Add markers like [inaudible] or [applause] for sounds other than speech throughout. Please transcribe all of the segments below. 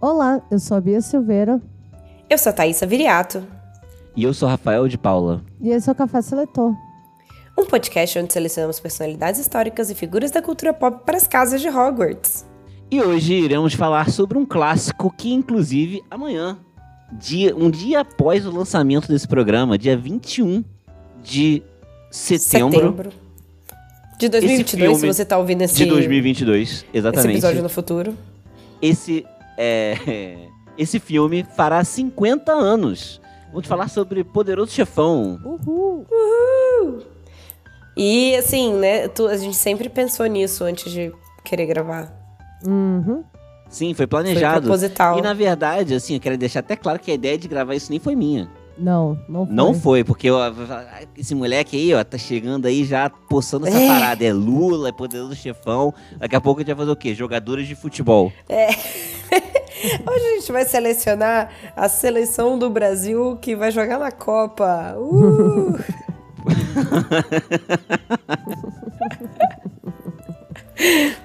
olá, eu sou a Bia Silveira Eu sou Thaisa Viriato, E eu sou Rafael de Paula. e esse é o Café Seletor. um podcast onde selecionamos personalidades históricas e figuras da cultura pop para as casas de Hogwarts. E hoje iremos falar sobre um clássico que, inclusive, amanhã, dia, um dia após o lançamento desse programa, dia 21 de setembro, De Esse filme 2022, se você tá ouvindo esse, de 2022, esse exatamente. episódio no futuro. esse, é, [laughs] esse filme fará 50 anos. Vamos falar sobre Poderoso Chefão. Uhul! E assim, né, tu- a gente sempre pensou nisso antes de querer gravar. Uhum. Sim, foi Foi planejado. proposital. e na verdade, assim, eu quero deixar até claro que a ideia de gravar isso nem foi minha. Não, não foi. Não foi, porque ó, esse moleque aí, ó, tá chegando aí já poçando essa É. parada. É Lula, é poderoso chefão. Daqui a pouco a gente vai fazer o quê? Jogadores de futebol. [laughs] Hoje a gente vai selecionar a seleção do Brasil que vai jogar na Copa. Uh!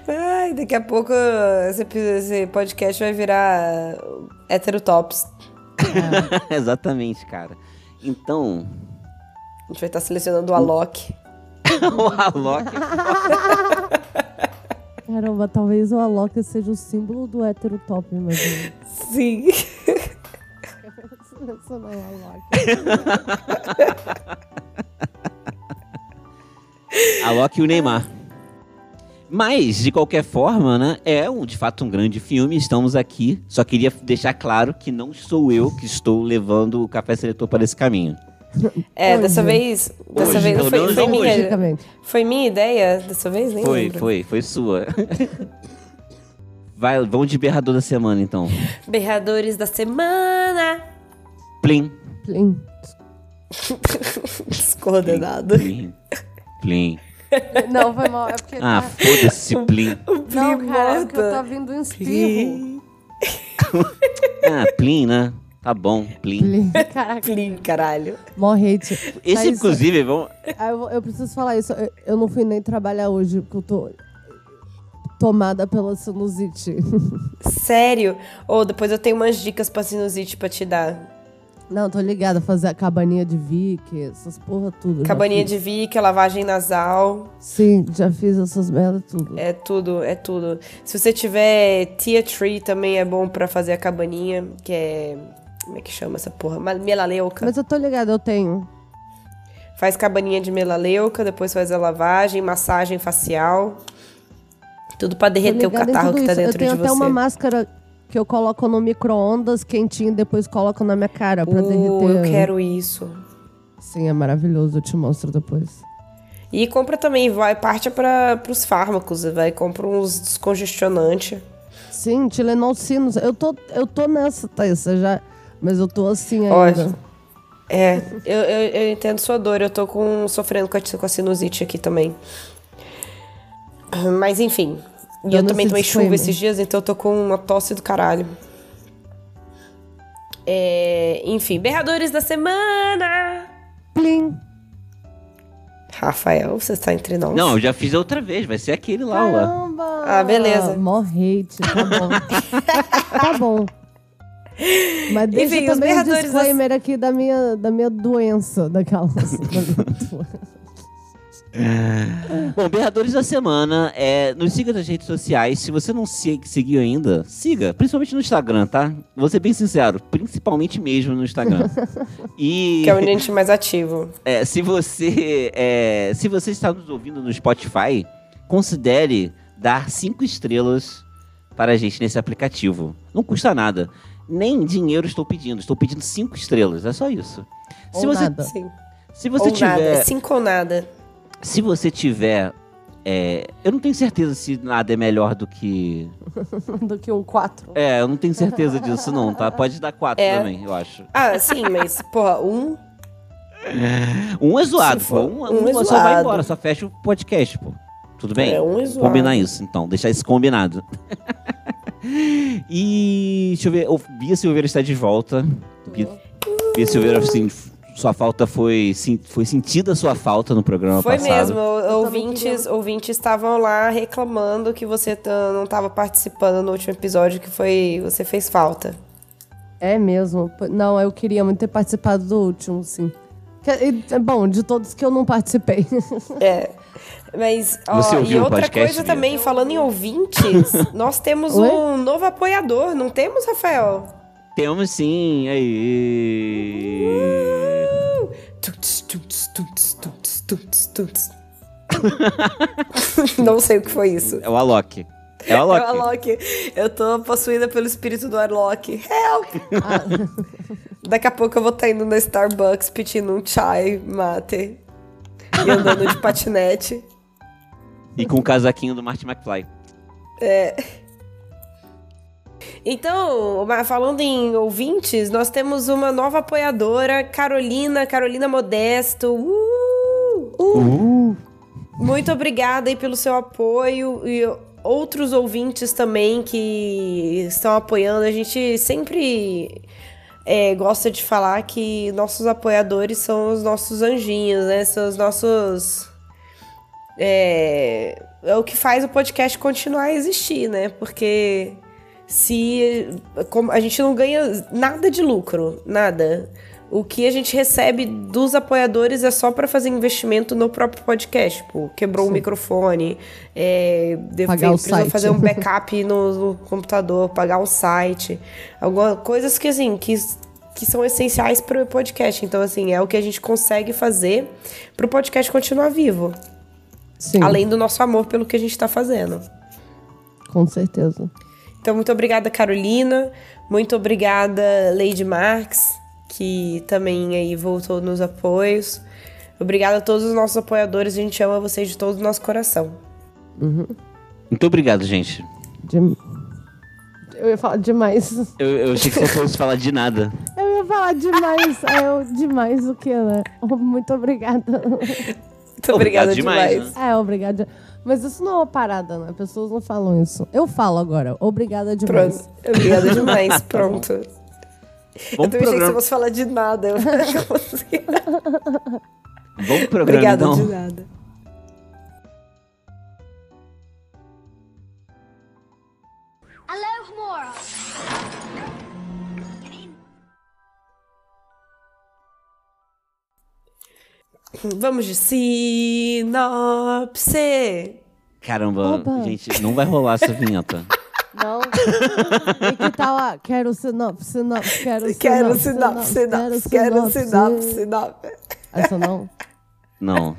Ai, daqui a pouco esse, epi- esse podcast vai virar heterotops. É. Exatamente, cara. Então, [laughs] A gente vai estar selecionando o Alok. o Alok. Caramba, talvez o Alok seja o símbolo do hétero top, imagina. Sim. Isso não é o Alok. Alok e o Neymar. Mas, de qualquer forma, né? É um, de fato um grande filme. Estamos aqui. Só queria deixar claro que não sou eu que estou levando o café seletor para esse caminho. É, Hoje. dessa vez. [laughs] Dessa Hoje, vez pelo foi, menos foi não hoje. minha, Logicamente. foi minha ideia. Dessa vez nem Foi, lembro. foi, foi sua. Vai, vamos de berrador da semana, então. Berradores da semana. Plim. Plim. Descoordenado. Plim. Plim. Não, foi mal. É [laughs] porque. Ah, foda-se, Plim. não, cara, é porque eu morta. tava vindo um espirro. Ah, Plim, né? Tá bom, Plim. Plim. Caraca. Plim, caralho. Morre, hate. Esse, Thaís, inclusive, vamos... Ah, eu, vou- eu preciso falar isso. Eu, eu não fui nem trabalhar hoje, porque eu tô tomada pela sinusite. [laughs] Sério? Ou depois eu tenho umas dicas pra sinusite pra te dar. Não, tô ligada. Fazer a cabaninha de Vick, essas porra tudo. já Cabaninha fiz. de Vick, lavagem nasal, Sim, já fiz essas merdas tudo. é tudo, é tudo. Se você tiver Tia Tree também é bom pra fazer a cabaninha, que é... Como é que chama essa porra? Ma- Melaleuca. Mas eu tô ligada, eu tenho. Faz cabaninha de melaleuca, depois faz a lavagem, massagem facial. Tudo pra Tô derreter o ligada em catarro tudo que tá isso. dentro Eu tenho de até você. uma máscara que eu coloco no micro-ondas quentinho e depois coloco na minha cara pra Uh, derreter. eu quero isso. Sim, é maravilhoso. Eu te mostro depois. E compra também, vai, parte para pros fármacos, vai, compra uns descongestionantes. Sim, Tilenol Sinus. Eu tô, eu tô nessa, Thaís. você Já... Mas eu tô assim ainda. Olha, É, eu, eu, eu entendo sua dor, eu tô com, sofrendo com a, ti- com a sinusite aqui também. Mas enfim, e eu Dando também esse tomei chuva disclaimer. esses dias, então eu tô com uma tosse do caralho. É, enfim, berradores da semana! Plim. Rafael, você está entre nós. Não, eu já fiz outra vez. Vai ser aquele lá, lá. Caramba! Ah, beleza. Mó hate, tá [laughs] bom. tá bom. Mas deixa Enfim, os também um berradores das- [laughs] disclaimer aqui da minha, da minha doença, daquela... da minha doença. Bom, berradores da semana. É, nos siga nas redes sociais. Se você não se seguiu ainda, siga. Principalmente no Instagram, tá? Vou ser bem sincero. Principalmente mesmo no Instagram. E Que é onde a gente é mais ativo. é, se você é, se você está nos ouvindo no Spotify, considere dar cinco estrelas para a gente nesse aplicativo. Não custa nada. Nem dinheiro estou pedindo. Estou pedindo cinco estrelas. É só isso. Se Ou você, nada. Sim. se você ou nada. tiver É cinco ou nada. se você tiver. é, eu não tenho certeza se nada é melhor do que. Do que um 4. É, eu não tenho certeza disso, não, tá? Pode dar quatro É. também, eu acho. Ah, sim, mas, porra, um. Um é zoado, Se pô. for Um, um é um só vai zoado. embora, só fecha o podcast, pô. Tudo bem? É, um é zoado. Combinar isso, então. Deixar isso combinado. [laughs] e deixa eu ver. O Bia Silveira está de volta. Bia, Bia Silveira, assim, sua falta foi, sim, foi sentida a sua falta no programa Foi passado. mesmo. também Ouvintes ouvintes estavam lá reclamando que você tá- não estava participando no último episódio, que foi. Você fez falta. É mesmo. P- Não, eu queria muito ter participado do último, sim. Que- e- é Bom, de todos que eu não participei. [laughs] É. Mas, ó, Você e ouviu o outra podcast, coisa Bia? também, falando em [laughs] ouvintes, nós temos Oi? um novo apoiador, não temos, Rafael? Temos sim, aí. Uh! Tuts, tuts, tuts, tuts, tuts, tuts. Não sei o que foi isso. É o Alok. É o É o [laughs] Alok. Alok. Eu tô possuída pelo espírito do Alok. Help! [laughs] Daqui a pouco eu vou estar indo na Starbucks pedindo um chai mate. E andando de patinete. E com o casaquinho do Martin McFly. É. Então, ma- falando em ouvintes, nós temos uma nova apoiadora, Carolina, Carolina Modesto. Uh! Uh. Muito obrigada aí pelo seu apoio e outros ouvintes também que estão apoiando. A gente sempre é, gosta de falar que nossos apoiadores são os nossos anjinhos, né? São os nossos. É, é o que faz o podcast continuar a existir, né? Porque se como a gente não ganha nada de lucro, nada. O que a gente recebe dos apoiadores é só pra fazer investimento no próprio podcast, tipo, quebrou o microfone, é, deve- Pagar o precisa site. fazer [laughs] um backup no, no computador, pagar um site, algumas coisas que assim que que são essenciais para o podcast. Então, assim, é o que a gente consegue fazer para o podcast continuar vivo. Sim, Além do nosso amor pelo que a gente está fazendo. com certeza. Então, muito obrigada, Carolina. Muito obrigada, Lady Marx, que também aí voltou nos apoios. Obrigada a todos os nossos apoiadores. A gente ama vocês de todo o nosso coração. Muito obrigado, gente. Dem- Eu ia falar demais. [laughs] Eu, eu achei que você fosse falar de nada. Eu ia falar demais. é, eu, demais o quê, né? Muito obrigada. Muito Obrigado obrigada demais, demais. né? É, obrigada. Mas isso não é uma parada, né? Pessoas não falam isso. Eu falo agora. Obrigada demais. Pronto. Obrigada demais. Pronto. [laughs] eu também achei Vamos pro que você programa. fosse falar de nada. Eu não consegui. Vamos pro programa, obrigada então. de nada. Vamos de sinopse. Caramba, Oba. gente, não vai rolar essa vinheta. Não. E que tal a... Quero sinopse, sinopse, [laughs] quero Quero sinopse, sinopse, sinopse, quero sinopse, sinopse. Essa não? Não.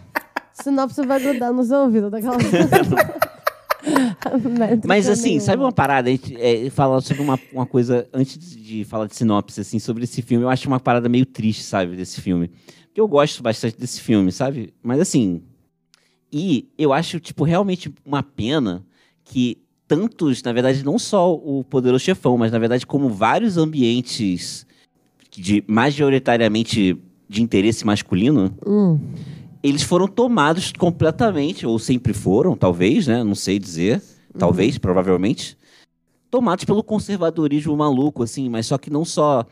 Sinopse vai grudar no seu [laughs] ouvido daquela... Métrica Mas assim, nenhuma. sabe uma parada? A gente é, falar sobre uma, uma coisa, antes de falar de sinopse, assim, sobre esse filme, eu acho uma parada meio triste, sabe, desse filme. Porque eu gosto bastante desse filme, sabe? Mas assim. E eu acho, tipo, realmente uma pena que tantos, na verdade, não só o Poderoso Chefão, mas na verdade, como vários ambientes de majoritariamente de interesse masculino, Hum, eles foram tomados completamente, ou sempre foram, talvez, né? Não sei dizer. Uhum. Talvez, provavelmente. Tomados pelo conservadorismo maluco, assim, mas só que não só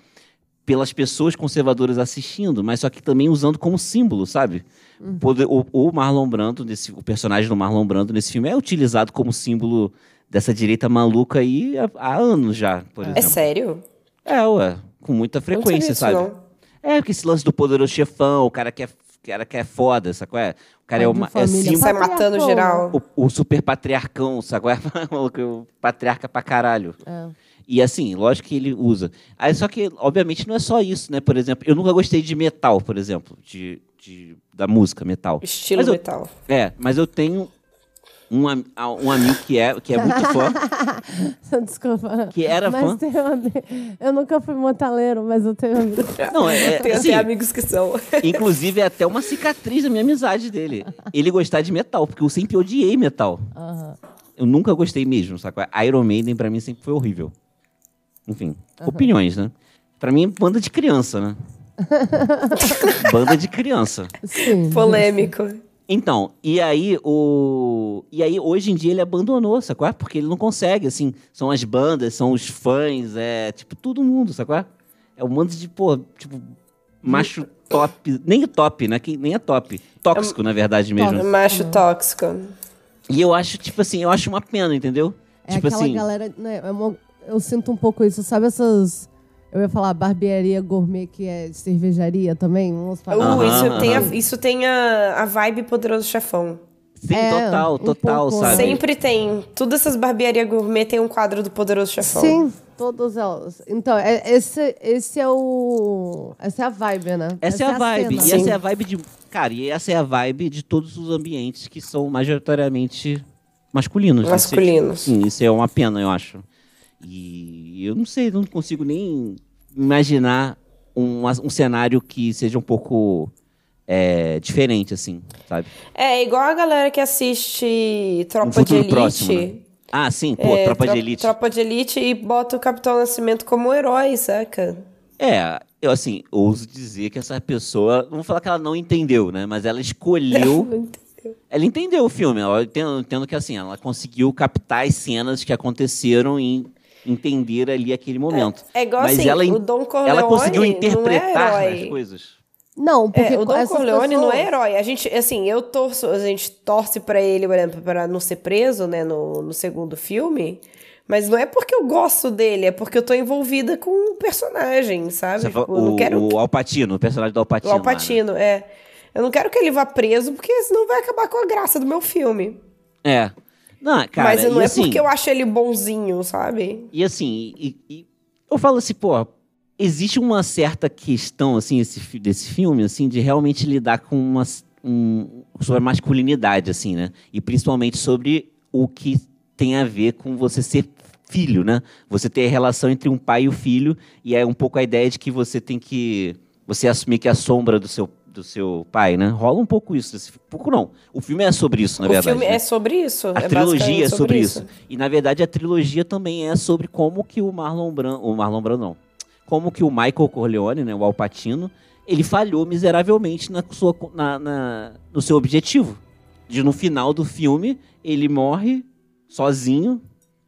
pelas pessoas conservadoras assistindo, mas só que também usando como símbolo, sabe? Uhum. Poder- o, o Marlon Brando, nesse, o personagem do Marlon Brando nesse filme é utilizado como símbolo dessa direita maluca aí há, há anos já, por É exemplo. sério? É, ué, com muita Eu não sabia frequência, disso, sabe? não. É, porque esse lance do poderoso chefão, o cara quer cara que é foda, sacou? É? O cara é, Pai de uma, é família, símbolo- Sai matando Patriarcou, geral. o, o super patriarcão, sacou? [laughs] É? O maluco é o patriarca pra caralho. É. E assim, lógico que ele usa. Aí, só que, obviamente, não é só isso, né? Por exemplo, eu nunca gostei de metal, por exemplo, de, de- da música metal. Estilo Mas eu- metal. É, mas eu tenho um, am- a- um amigo que é, que é [laughs] muito fã. Desculpa. Que era mas fã? tem um amigo- Eu nunca fui motaleiro, mas eu [laughs] tenho amigo. Não, é, é Tem assim, até amigos que são. [laughs] inclusive é até uma cicatriz da minha amizade dele. Ele gostar de metal, porque eu sempre odiei metal. Aham. Eu nunca gostei mesmo, sacou? Iron Maiden pra mim sempre foi horrível. Enfim, opiniões, né? Pra mim, banda de criança, né? banda de criança. Tipo Sim. Polêmico. Então, e aí o. E aí, hoje em dia, ele abandonou, sacou? é? Porque ele não consegue, assim. São as bandas, são os fãs, é tipo todo mundo, sacou? é? É um monte de, pô, tipo, macho top. Nem top, né? Que nem é top. Tóxico, na verdade mesmo. Macho tóxico. E eu acho, tipo assim, eu acho uma pena, entendeu? É tipo aquela assim. galera, né? é uma- eu sinto um pouco isso, sabe essas. Eu ia falar barbearia gourmet, que é cervejaria também? Umas Uh, paradas- isso, aham. tem a, isso tem a, a vibe Poderoso Chefão. Sim, É, total, um total, pouco, sabe? Sempre tem. Todas essas barbearias gourmet tem um quadro do Poderoso Chefão. Sim, todas elas. Então, é- esse, esse é o. Essa é a vibe, né? Essa é a vibe. cena. E essa Sim. é a vibe de. Cara, e essa é a vibe de todos os ambientes que são majoritariamente masculinos. né? Masculinos. Isso é, tipo, sim, isso é uma pena, eu acho. E eu não sei, não consigo nem imaginar um, um cenário que seja um pouco é, diferente, assim, sabe? É, igual a galera que assiste um Tropa de futuro Elite. próximo. né? Ah, sim, pô, É, tropa Tro- de elite. Tropa de Elite e bota o Capitão Nascimento como herói, saca? É, eu assim, ouso dizer que essa pessoa. Não vou falar que ela não entendeu, né? Mas [laughs] ela escolheu. Ela entendeu o filme, ela entendo, entendo que assim, ela conseguiu captar as cenas que aconteceram e entender ali aquele momento. É igual Mas assim, ela, en- o Dom Corleone ela conseguiu não interpretar é as herói. coisas. Não, porque É, o Don essas Corleone não é pessoas- herói. A gente, assim, eu torço, a gente torce pra ele, por exemplo, pra não ser preso, né, no, no segundo filme. Mas não é porque eu gosto dele, é porque eu tô envolvida com o personagem, sabe? Você fala- Tipo, eu não o, né? quero. o Alpatino, o personagem do o Alpatino. Al Pacino, é. Eu não quero que ele vá preso, porque senão vai acabar com a graça do meu filme. É. Não, cara, Mas não e é assim, porque eu acho ele bonzinho, sabe? E assim, e- e- eu falo assim, pô, existe uma certa questão, assim, esse fi- desse filme, assim, de realmente lidar com uma, s- um- sobre a masculinidade, assim, né? E principalmente sobre o que tem a ver com você ser filho, né? Você ter a relação entre um pai e o filho, e é um pouco a ideia de que você tem que... Você assumir que é a sombra do seu, do seu pai, né? Rola um pouco isso. Esse, fi- pouco não. O filme é sobre isso, na o verdade. filme né? é sobre isso. A é trilogia é basicamente sobre, isso. E na verdade a trilogia também é sobre como que o Marlon Brando, o Marlon Brando não, como que o Michael Corleone, né, o Alpatino, ele falhou miseravelmente na sua, na, na- no seu objetivo. De no final do filme ele morre sozinho,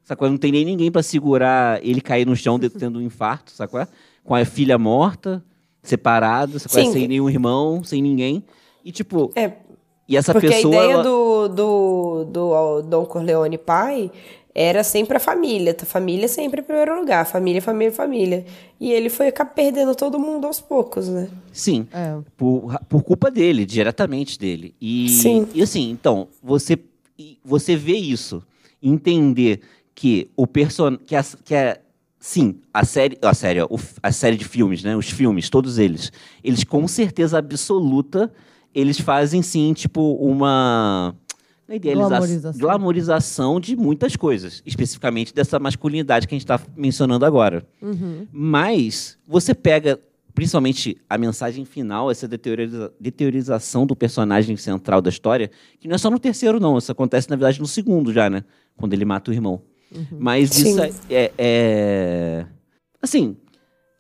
sacou? Não tem nem ninguém pra segurar ele cair no chão de- tendo um infarto, sacou? Com a filha morta, separado, sacou? Sim. sem nenhum irmão, sem ninguém. E tipo, É, e essa Porque pessoa a ideia ela- do, do, do ó, Dom Corleone pai era sempre a família. tá? Família sempre em primeiro lugar. Família, família, família. E ele foi acabar perdendo todo mundo aos poucos, né? Sim. É. por, ra- por culpa dele, diretamente dele. E, Sim. e assim, então, você, e você vê isso, entender que o person que, a, que a, sim, a série, a série, ó, o f- a série de filmes, né, os filmes, todos eles, eles com certeza absoluta, eles fazem sim, tipo, uma uma idealiza- Glamorização. glamorização de muitas coisas, especificamente dessa masculinidade que a gente está mencionando agora. Uhum. Mas você pega, principalmente, a mensagem final, essa deterioriza- deteriorização do personagem central da história, que não é só no terceiro, não. Isso acontece, na verdade, no segundo já, né? Quando ele mata o irmão. Uhum. Mas Sim. isso é, é- é- Assim,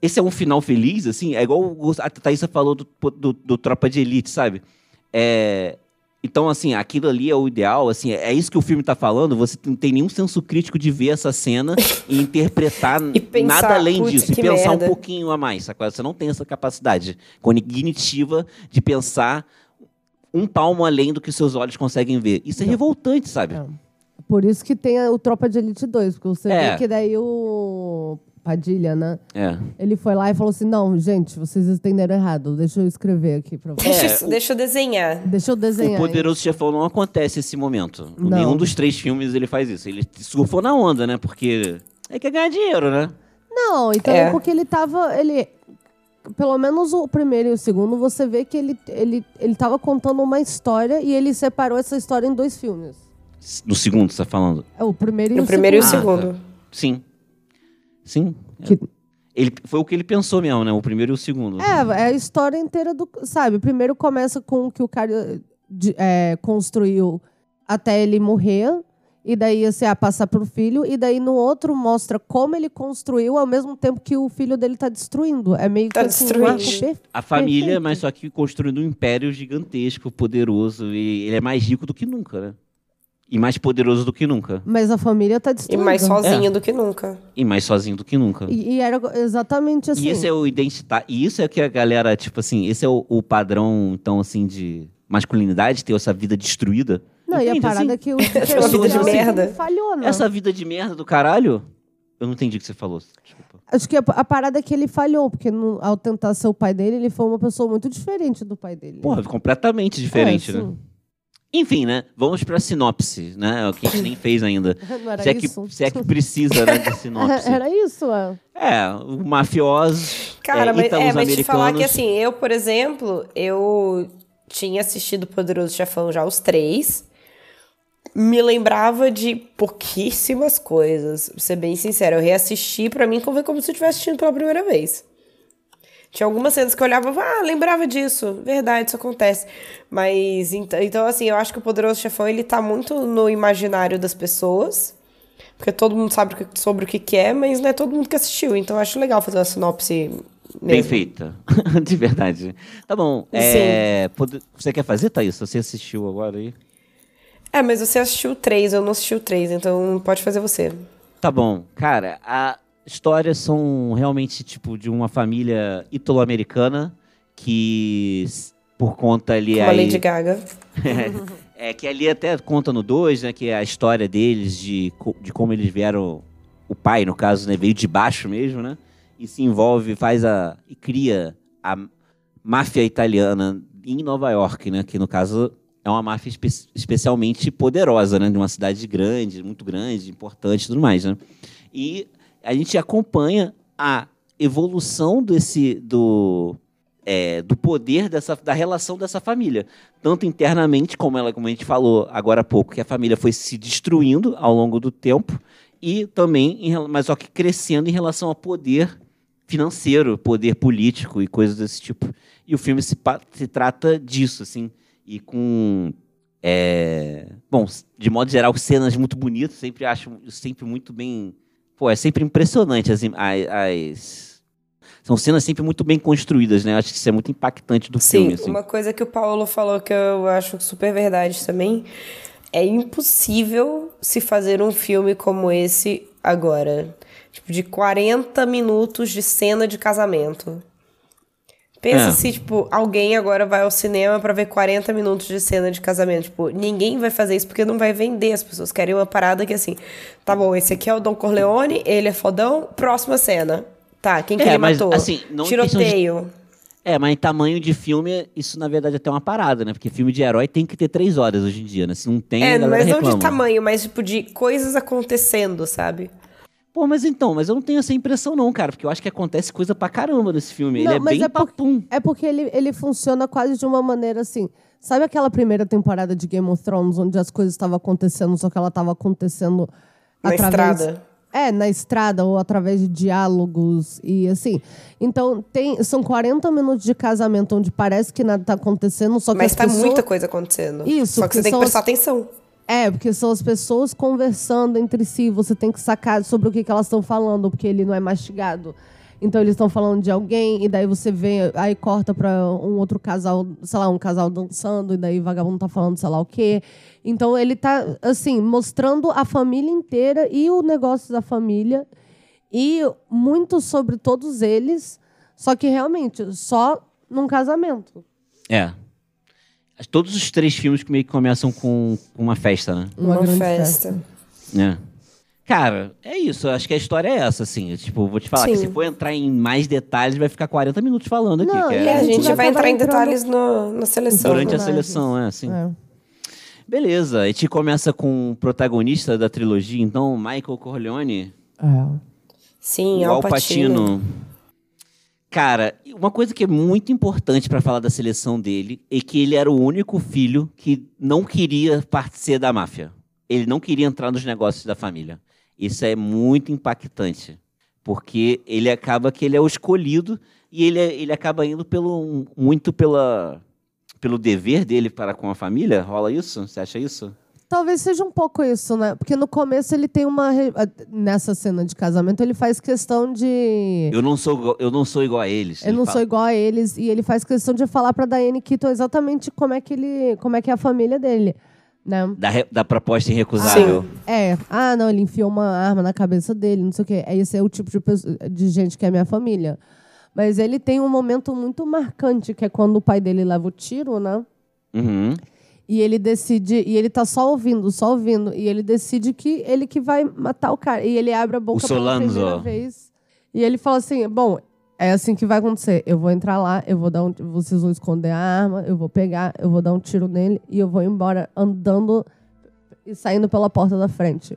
esse é um final feliz, assim. É igual o- a Thaisa falou do, do, do Tropa de Elite, sabe? É, Então, assim, aquilo ali é o ideal, assim, é isso que o filme tá falando, você não tem nenhum senso crítico de ver essa cena [laughs] e interpretar E pensar, nada além "Putz, disso, e que pensar merda." um pouquinho a mais, sacou? Você não tem essa capacidade cognitiva de pensar um palmo além do que seus olhos conseguem ver. Isso é revoltante, sabe? É. Por isso que tem a- o Tropa de Elite 2, porque você É. vê que daí o Padilha, né? É. Ele foi lá e falou assim: não, gente, vocês entenderam errado. Deixa eu escrever aqui pra vocês. É, Deixa, eu- deixa eu desenhar. Deixa eu O é desenhar. Poderoso Chefão não acontece esse momento. Não. Nenhum dos três filmes ele faz isso. Ele surfou na onda, né? Porque é que ganhar dinheiro, né? Não, então É. é porque ele tava. Ele, pelo menos o primeiro e o segundo, você vê que ele, ele, ele tava contando uma história e ele separou essa história em dois filmes. No segundo, você tá falando? É o primeiro e No o primeiro e o segundo. segundo. Ah, tá. Sim. Sim. Que- Ele, foi o que ele pensou mesmo, né? O primeiro e o segundo. É, é a história inteira do. Sabe, primeiro começa com o que o cara de- é, construiu até ele morrer. E daí, assim, ah, passar pro filho. E daí, no outro, mostra como ele construiu ao mesmo tempo que o filho dele tá destruindo. É meio que Tá assim, um arco destruindo. per- A família, Perfeito. mas só que construindo um império gigantesco, poderoso. E ele é mais rico do que nunca, né? E mais poderoso do que nunca. Mas a família tá E destruindo. É. mais sozinho do que nunca. E mais sozinho do que nunca. E, e era exatamente assim. E esse é o identitário. E isso é que a galera, tipo assim, esse é o, o padrão, então, assim, de masculinidade, ter essa vida destruída. Não, e a Entende, parada assim? é que o [laughs] pessoas Superman de merda. falhou, né? Essa vida de merda do caralho. Eu não entendi o que você falou. Desculpa. Acho que a, a parada é que ele falhou, porque no- ao tentar ser o pai dele, ele foi uma pessoa muito diferente do pai dele. Porra, completamente diferente, É, né? sim. Enfim, né? Vamos pra sinopse, né? O que a gente nem fez ainda. Não era se, é que, isso? se é [laughs] que precisa né, de sinopse. Era isso, é. É, o mafioso. Cara, é, mas, é, mas te italo-americanos. falar que assim, eu, por exemplo, eu tinha assistido Poderoso Chefão já os três. Me lembrava de pouquíssimas coisas. Pra ser bem sincero, eu reassisti pra mim como, como se eu estivesse assistindo pela primeira vez. Tinha algumas cenas que eu olhava e falava, ah, lembrava disso. Verdade, isso acontece. Mas, então, então, assim, eu acho que o Poderoso Chefão, ele tá muito no imaginário das pessoas. Porque todo mundo sabe o que- sobre o que que é, mas não é todo mundo que assistiu. Então, eu acho legal fazer uma sinopse Bem mesmo. feita. [laughs] de verdade. Tá bom. é, pode- Você quer fazer, Thaís? Você assistiu agora aí? É, mas você assistiu o 3, eu não assisti o 3, então pode fazer você. Tá bom. Cara, a histórias são realmente tipo de uma família italo-americana que s- por conta ali Com a aí Lady Gaga. é que ali até conta no 2, né, que é a história deles de, co- de como eles vieram o pai, no caso, né, veio de baixo mesmo, né? E se envolve, faz a e cria a máfia italiana em Nova York, né, que no caso é uma máfia espe- especialmente poderosa, né, de uma cidade grande, muito grande, importante, e tudo mais, né? E a gente acompanha a evolução desse do é, do poder dessa da relação dessa família, tanto internamente como ela como a gente falou agora há pouco, que a família foi se destruindo ao longo do tempo e também em rela- mas só que crescendo em relação ao poder financeiro, poder político e coisas desse tipo. E o filme se, pa- se trata disso assim e com é, bom, de modo geral, cenas muito bonitas, sempre acho sempre muito bem Pô, é sempre impressionante as, im- a- as- São cenas sempre muito bem construídas, né? Acho que isso é muito impactante do filme, Sim, assim. uma coisa que o Paulo falou que eu acho super verdade também. É impossível se fazer um filme como esse agora. Tipo, de 40 minutos de cena de casamento. Pensa É. se, tipo, alguém agora vai ao cinema pra ver 40 minutos de cena de casamento. Tipo, ninguém vai fazer isso porque não vai vender. As pessoas querem uma parada que, assim, tá bom, esse aqui é o Dom Corleone, ele é fodão, próxima cena. Tá, quem que É, ele mas, matou? assim, não em questão de- Tiroteio. É, mas em tamanho de filme, isso na verdade é até uma parada, né? Porque filme de herói tem que ter três horas hoje em dia, né? Se não tem, a É, galera mas não reclama. de tamanho, mas tipo de coisas acontecendo, sabe? Pô, mas então, mas eu não tenho essa impressão não, cara. Porque eu acho que acontece coisa pra caramba nesse filme. Não, Ele é mas bem é por- papum. É porque ele, ele funciona quase de uma maneira assim. Sabe aquela primeira temporada de Game of Thrones, onde as coisas estavam acontecendo, só que ela estava acontecendo Na através- estrada. É, na estrada ou através de diálogos e assim. Então, tem, são 40 minutos de casamento onde parece que nada tá acontecendo, só que Mas as tá pessoas... muita coisa acontecendo. Isso, Só que você porque tem que são prestar as- atenção. É, porque são as pessoas conversando entre si, você tem que sacar sobre o que, que elas estão falando, porque ele não é mastigado. Então eles estão falando de alguém, e daí você vê, aí corta pra um outro casal, sei lá, um casal dançando, e daí o vagabundo tá falando sei lá o quê. Então ele tá, assim, mostrando a família inteira e o negócio da família, e muito sobre todos eles, só que realmente, só num casamento. É. Todos os três filmes que meio que começam com, com uma festa, né? Uma festa. É. Cara, é isso. Eu acho que a história é essa, assim. Tipo, vou te falar que Sim. se for entrar em mais detalhes, vai ficar 40 minutos falando aqui. Não, que e É, é a gente vai, vai acabar entrar em entrando- detalhes no- na seleção. né? durante a personagens. seleção, é assim. É. Beleza, a gente começa com o protagonista da trilogia, então, Michael Corleone, É. Sim, o Al Al Pacino. Pacino. Cara, uma coisa que é muito importante pra falar da seleção dele é que ele era o único filho que não queria parte- ser da máfia. Ele não queria entrar nos negócios da família. Isso é muito impactante, porque ele acaba que ele é o escolhido e ele, é- ele acaba indo pelo muito pela pelo dever dele para com a família. Rola isso? Você acha isso? Talvez seja um pouco isso, né? Porque no começo ele tem uma. re- ah, Nessa cena de casamento, ele faz questão de. Eu não sou, igual- eu não sou igual a eles. Eu ele não fala. sou igual a eles. E ele faz questão de falar pra Diane Keaton exatamente como é que ele. como é que é a família dele. Né? Da, re- da proposta irrecusável. É. Ah, não, ele enfiou uma arma na cabeça dele, não sei o quê. É, Esse é o tipo de, pesso- de gente que é minha família. Mas ele tem um momento muito marcante, que é quando o pai dele leva o tiro, né? Uhum. E ele decide. E ele tá só ouvindo, só ouvindo. E ele decide que ele que vai matar o cara. E ele abre a boca pela Solanzo. primeira vez. E ele fala assim: bom, é assim que vai acontecer. Eu vou entrar lá, eu vou dar um. Vocês vão esconder a arma, eu vou pegar, eu vou dar um tiro nele e eu vou embora andando e saindo pela porta da frente.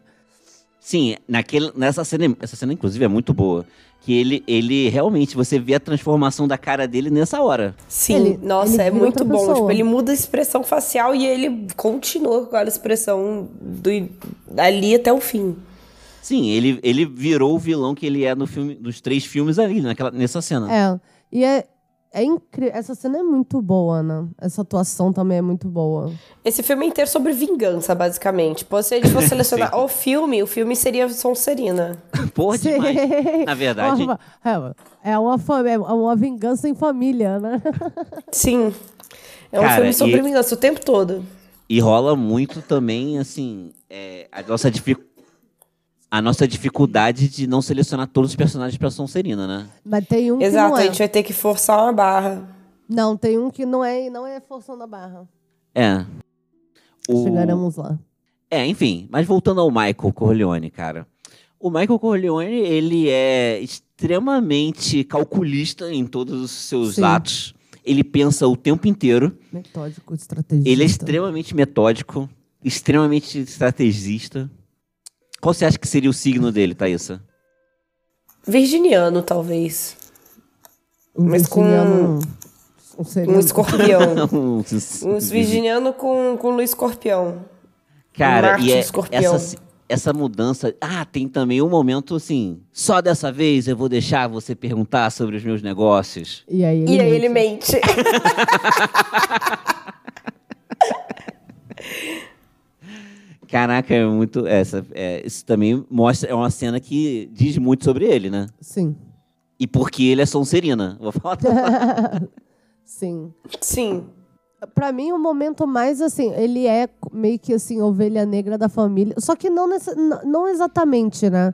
Sim, naquele, nessa cena, essa cena inclusive é muito boa, que ele, ele realmente você vê a transformação da cara dele nessa hora. Sim, Ele- nossa, ele é vira muito outra bom. pessoa. Tipo, ele muda a expressão facial e ele continua com aquela expressão do, ali até o fim. Sim, ele, ele virou o vilão que ele é no filme, nos três filmes ali, naquela, nessa cena. É. E é. É incrível. Essa cena é muito boa, Ana. Essa atuação também é muito boa. Esse filme é inteiro sobre vingança, basicamente. Tipo, se a gente for selecionar o filme, o filme seria Sonserina. Porra demais. Sim. Na verdade- [laughs] Uma- é, é uma, fam- é uma vingança em família, né? Sim. É um Cara, filme sobre e- vingança o tempo todo. E rola muito também, assim, é, a, nossa dific- a nossa dificuldade de não selecionar todos os personagens pra Sonserina, né? Mas tem um que Exato, não a é. gente vai ter que forçar uma barra. Não, tem um que não é, não é forçando a barra. É. Chegaremos lá. É, enfim, mas voltando ao Michael Corleone, cara. O Michael Corleone, ele é extremamente calculista em todos os seus Sim. atos. Ele pensa o tempo inteiro. Metódico, estrategista. Ele é extremamente metódico, extremamente estrategista. Qual você acha que seria o signo dele, Thaísa? Virginiano, talvez. Um mas com- virginiano, Um, Um sereno. [laughs] escorpião. Uns um Os virginiano com, com Luiz Escorpião. Cara, Marte, e é escorpião. essa, essa mudança. Ah, tem também um momento assim. Só dessa vez eu vou deixar você perguntar sobre os meus negócios. E aí ele, E aí ele mente. mente. [laughs] Caraca, é muito. Essa, é, isso também mostra. É uma cena que diz muito sobre ele, né? Sim. [laughs] E porque ele é Sonserina. Vou falar. [laughs] Sim. Sim. Pra mim, o momento mais assim, ele é meio que assim, ovelha negra da família. Só que não, nessa- n- não exatamente, né?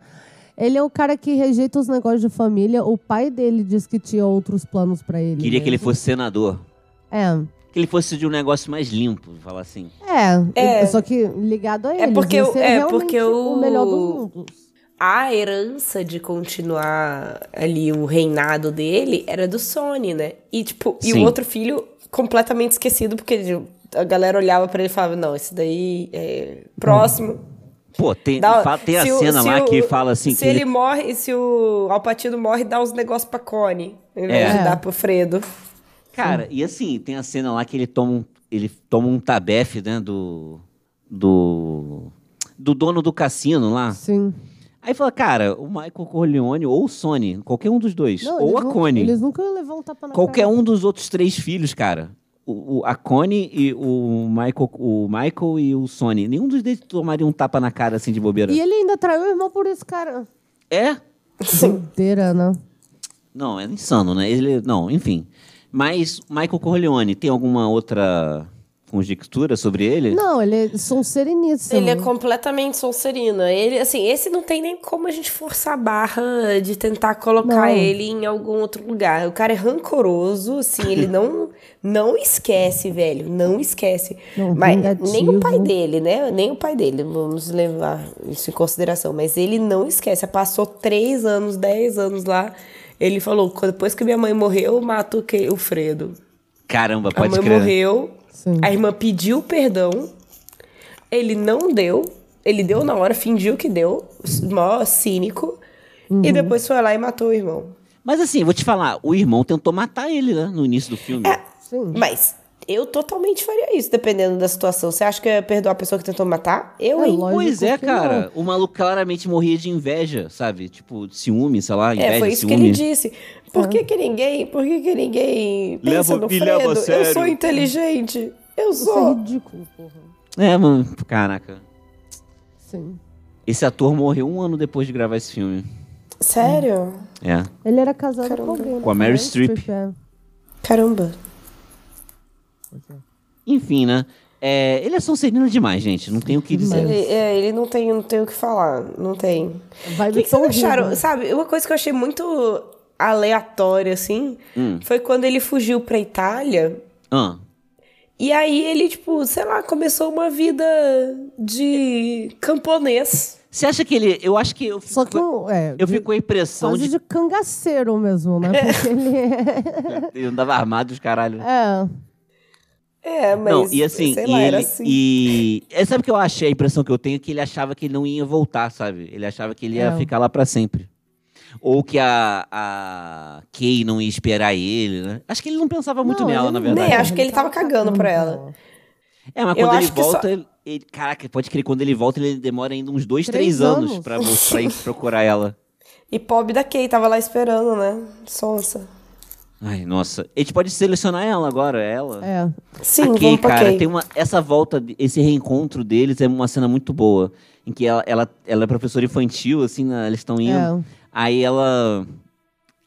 Ele é o cara que rejeita os negócios de família. O pai dele diz que tinha outros planos pra ele. Queria né? que ele fosse senador. É. Que ele fosse de um negócio mais limpo, vou falar assim. É, É. só que ligado a É ele. porque o- é porque o- o melhor dos mundos. a herança de continuar ali o reinado dele era do Sony, né? E tipo, e o Sim. outro filho completamente esquecido porque ele- a galera olhava pra ele e falava: "Não, esse daí é próximo". Pô, tem, Dá- fa- tem a se o- cena se lá o- que fala assim. Se que ele- ele morre, se o Alpatino morre, dá os negócios pra Connie, em vez É. de dar pro Fredo. Cara, e assim, tem a cena lá que ele toma um, ele toma um tabefe, né? Do. Do. Do dono do cassino lá. Sim. Aí fala, cara, o Michael Corleone ou o Sony, qualquer um dos dois. Não, ou eles a nu- Connie. Eles nunca iam levar um tapa na Qualquer cara. um dos outros três filhos, cara. O, o- a Connie e o Michael, o Michael e o Sony. Nenhum dos dois tomaria um tapa na cara assim de bobeira. E ele ainda traiu o irmão por isso, cara. É? Doideira, né? Não, é insano, né? Ele, não, enfim. Mas Michael Corleone, tem alguma outra conjectura sobre ele? Não, ele é sonserinice. Ele é completamente Sonserina. Ele, assim, esse não tem nem como a gente forçar a barra de tentar colocar Não. ele em algum outro lugar. O cara é rancoroso, assim, ele não [laughs] não esquece, velho, não esquece. Não, Mas vingativo. nem o pai dele, né? Nem o pai dele, vamos levar isso em consideração. Mas ele não esquece. Passou três anos, dez anos lá. Ele falou, "Quando- depois que minha mãe morreu, eu mato o que- o Fredo. Caramba, A pode mãe crer. Ah, né? morreu, Sim. a irmã pediu perdão, ele não deu, ele deu na hora, fingiu que deu, mó cínico, Uhum. e depois foi lá e matou o irmão. Mas assim, vou te falar, o irmão tentou matar ele, né? No início do filme. É, Sim. Mas eu totalmente faria isso, dependendo da situação. Você acha que eu ia perdoar a pessoa que tentou matar? Eu, É hein? lógico pois é, que cara. O maluco claramente morria de inveja, sabe? Tipo, de ciúme, sei lá, inveja, É, foi isso que ciúme. ele disse. É. Por que que ninguém, por que que ninguém pensa Leva- no me Fredo? leva a Eu sou sério. inteligente. Eu Isso é sou. ridículo, porra. É, mano, caraca. Sim. Esse ator morreu um ano depois de gravar esse filme. Sério? É. Ele era casado Caramba. com alguém. né? Com a Meryl Streep. é. Caramba. Enfim, né? É, ele é sonserino demais, gente. Não tem o que dizer. Ele, é, ele não tem, não tem o que falar, não tem. Vai O que, que tão vocês acharam? horrível. Sabe, uma coisa que eu achei muito aleatória, assim, foi quando ele fugiu pra Itália. Hum. Ah, E aí ele, tipo, sei lá, começou uma vida de camponês. Você acha que ele. Eu acho que. Eu fico, Só que eu, é, eu de- fico com a impressão quase de de cangaceiro mesmo, né? [laughs] Porque ele é. Ele andava armado os caralho. É. É, mas. não, e assim, sei e lá, ele. era assim. E. é, sabe o que eu achei? A impressão que eu tenho é que ele achava que ele não ia voltar, sabe? Ele achava que ele ia É. ficar lá pra sempre. Ou que a, a Kay não ia esperar ele, né? Acho que ele não pensava muito Não, nela, ele na não- verdade. Nem, Né, acho que ele tava cagando pra ela. É, mas Eu quando ele acho que só- volta, ele, ele- Caraca, pode crer, quando ele volta, ele demora ainda uns dois, Três três, anos, anos. pra, vo- [laughs] pra ir procurar ela. E pobre da Kay, tava lá esperando, né? Sonsa. Ai, nossa. A gente pode selecionar ela agora, ela. É. Sim, Aqui, vamos pra cara, Kay. tem um uma essa volta, esse reencontro deles é uma cena muito boa, em que ela, ela, ela é professora infantil, assim, né, eles estão indo. é. Aí ela,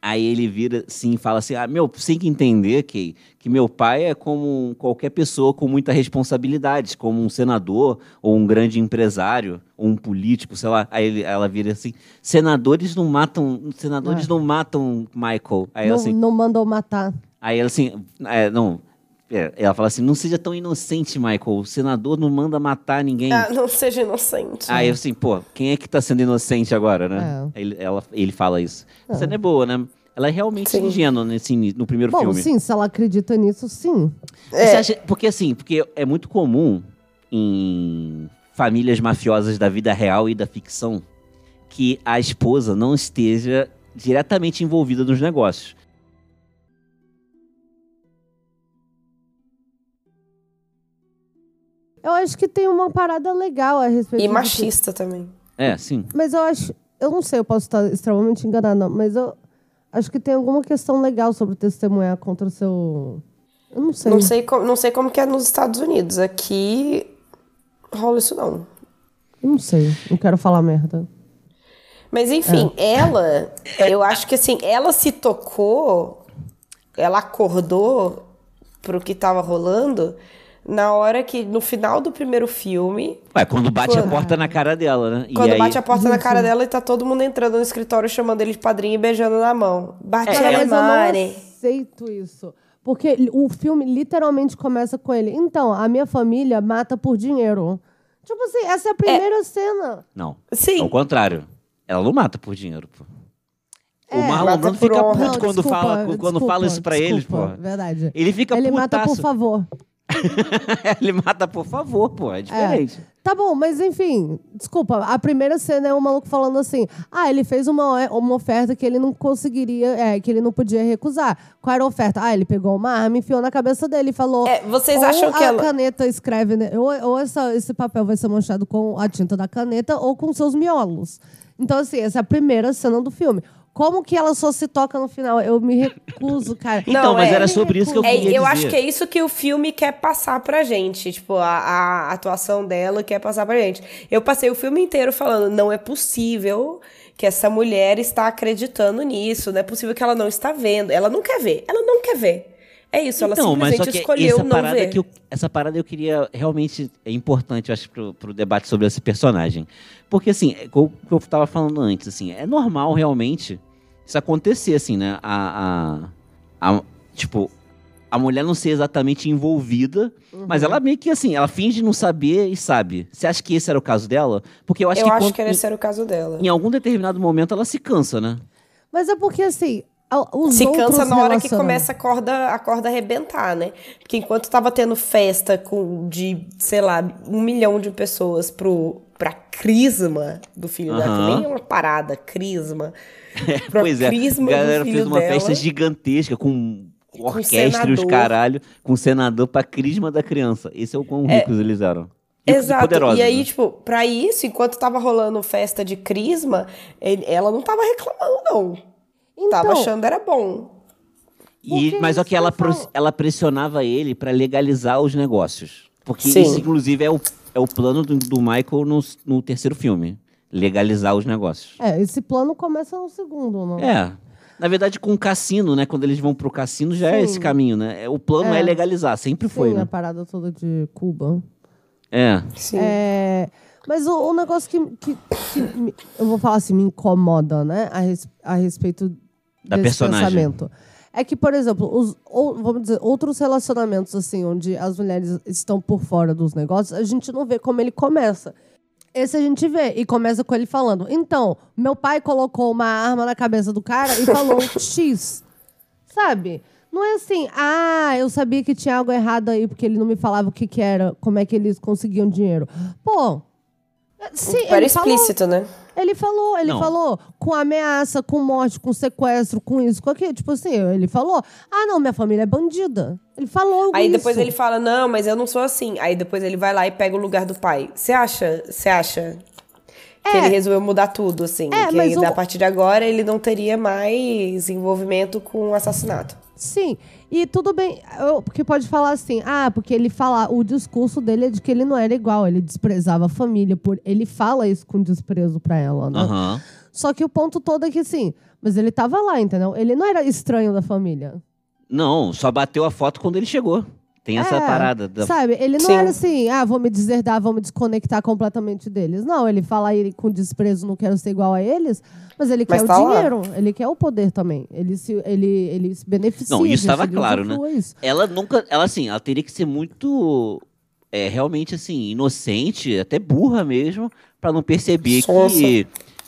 aí ele vira, assim, e fala assim, ah, meu, você tem que entender que que meu pai é como qualquer pessoa com muita responsabilidade, como um senador ou um grande empresário ou um político, sei lá. Aí ele- ela vira assim, senadores não matam, senadores É. não matam Michael. Aí ela Não, assim, não mandou matar. Aí ela assim, é, não. é, ela fala assim: não seja tão inocente, Michael. O senador não manda matar ninguém. Ah, não seja inocente. Aí eu assim, pô, quem é que tá sendo inocente agora, né? É. Aí Ele, ela, ele fala isso. Ah. A cena é boa, né? Ela é realmente Sim. ingênua nesse, ini- no primeiro Bom, filme. sim, se ela acredita nisso, sim. é. Você acha- porque assim, porque é muito comum em famílias mafiosas da vida real e da ficção que a esposa não esteja diretamente envolvida nos negócios. Eu acho que tem uma parada legal a respeito E disso. machista também. É, sim. Mas eu acho. Eu não sei, eu posso estar extremamente enganada, mas eu acho que tem alguma questão legal sobre testemunhar contra o seu. Eu não sei. Não sei, como, não sei como que é nos Estados Unidos. Aqui rola isso não. Eu não sei. Não quero falar merda. Mas enfim, Ah. ela, É. eu acho que assim, ela se tocou, ela acordou pro que tava rolando na hora que, no final do primeiro filme, Ué, quando bate a Quando- porta na cara dela, né? E é. quando aí- bate a porta na cara dela e tá todo mundo entrando no escritório chamando ele de padrinho e beijando na mão. Bate a É, Cara, mas eu não Mari. aceito isso. Porque li- o filme literalmente começa com ele. Então, a minha família mata por dinheiro. Tipo assim, essa é a primeira cena. Não. Sim. Ao É contrário. Ela não mata por dinheiro, pô. o É. Marlon Mata Brando por fica puto honra. Não, quando, desculpa, fala, quando desculpa, fala isso pra eles, pô. desculpa, Verdade. Ele fica ele mata por putaço. favor. [laughs] ele mata por favor, pô. É diferente. Tá bom, mas enfim, desculpa. A primeira cena é o maluco falando assim: ah, ele fez uma, uma oferta que ele não conseguiria, é, que ele não podia recusar. Qual era a oferta? Ah, ele pegou uma arma, enfiou na cabeça dele e falou. É, vocês ou acham que a ela- caneta escreve, né? ou, ou essa- esse papel vai ser manchado com a tinta da caneta ou com seus miolos. Então, assim, essa é a primeira cena do filme. Como que ela só se toca no final? Eu me recuso, cara. Então, Não, mas é- era sobre isso que eu É, queria dizer. eu acho que é isso que o filme quer passar pra gente. Tipo, a, a atuação dela quer passar pra gente. Eu passei o filme inteiro falando: não é possível que essa mulher está acreditando nisso, não é possível que ela não está vendo. Ela não quer ver, ela não quer ver. É isso, ela Então, mas simplesmente só que escolheu essa não parada ver. que eu, essa parada eu queria realmente é importante, eu acho, pro, pro debate sobre esse personagem. Porque assim, é co- o que eu tava falando antes, assim, é normal realmente isso acontecer, assim, né? A, a- a- tipo, a mulher não ser exatamente envolvida, mas Uhum. ela meio que assim, ela finge não saber e sabe. Você acha que esse era o caso dela? Porque eu acho eu que, acho quando- que esse era o caso dela. em, em algum determinado momento ela se cansa, né? Mas é porque, assim, a- os Se outros cansa na hora que relacionamentos- começa a corda, a corda arrebentar, né? Porque enquanto tava tendo festa com, de, sei lá, um milhão de pessoas pro, pra crisma do filho dela, que Aham. nem é uma parada, crisma. Pra pois [laughs] é. crisma A galera do fez filho uma dela. festa gigantesca com orquestra e os senador. caralho, com senador pra crisma da criança. Esse é o quão ricos eles eram. Ricos Exato. E poderosos, e aí, né? tipo, pra isso, enquanto tava rolando festa de crisma, ele- ela não tava reclamando, não. Tava Então, achando era bom. E- porque mas só isso que ela, que eu pros- falo. ela pressionava ele pra legalizar os negócios. Porque Sim. isso, inclusive, é o, é o plano do, do Michael no, no terceiro filme. Legalizar os negócios. É, esse plano começa no segundo, né? não? É. Na verdade, com o cassino, né? Quando eles vão pro cassino, já é Sim. esse caminho, né? É, O plano é, É. legalizar, sempre foi, Sim, a né? parada toda de Cuba. É. Sim. É, mas o, o negócio que, que- que me- eu vou falar assim, me incomoda, né? A, res- a respeito Da desse personagem. pensamento. É que, por exemplo, os, ou- vamos dizer, outros relacionamentos, assim, onde as mulheres estão por fora dos negócios, a gente não vê como ele começa. Esse a gente vê e começa com ele falando: Então, meu pai colocou uma arma na cabeça do cara e [laughs] falou X. Sabe? Não é assim, ah, eu sabia que tinha algo errado aí porque ele não me falava o que, que era, como é que eles conseguiam dinheiro. Pô. é, Sim, Era ele falou, explícito, né? ele falou, ele Não. falou com ameaça, com morte, com sequestro, com isso, com aquilo. Tipo assim, ele falou: Ah, não, minha família é bandida. Ele falou. Aí isso. depois ele fala, não, mas eu não sou assim. Aí depois ele vai lá e pega o lugar do pai. Você acha? Você acha? Que É. ele resolveu mudar tudo, assim. É, que aí, mas o- a partir de agora ele não teria mais envolvimento com o assassinato. Sim, e tudo bem, eu- porque pode falar assim, ah, porque ele fala, o discurso dele é de que ele não era igual, ele desprezava a família, por ele fala isso com desprezo pra ela, né? Aham. Só que o ponto todo é que sim, mas ele tava lá, entendeu? Ele não era estranho da família. Não, só bateu a foto quando ele chegou. Tem essa É, parada. Da... Sabe, ele não Sim. era assim, ah, vou me deserdar, vou me desconectar completamente deles. Não, ele fala ele com desprezo, não quero ser igual a eles, mas ele Mas quer tá o lá. dinheiro, ele quer o poder também. Ele se, ele, ele se beneficia. Não, isso disso, tava ele claro, né? usufrua Isso. Ela nunca. Ela assim, ela teria que ser muito. É, realmente assim, inocente, até burra mesmo, pra não perceber Sonsa. que,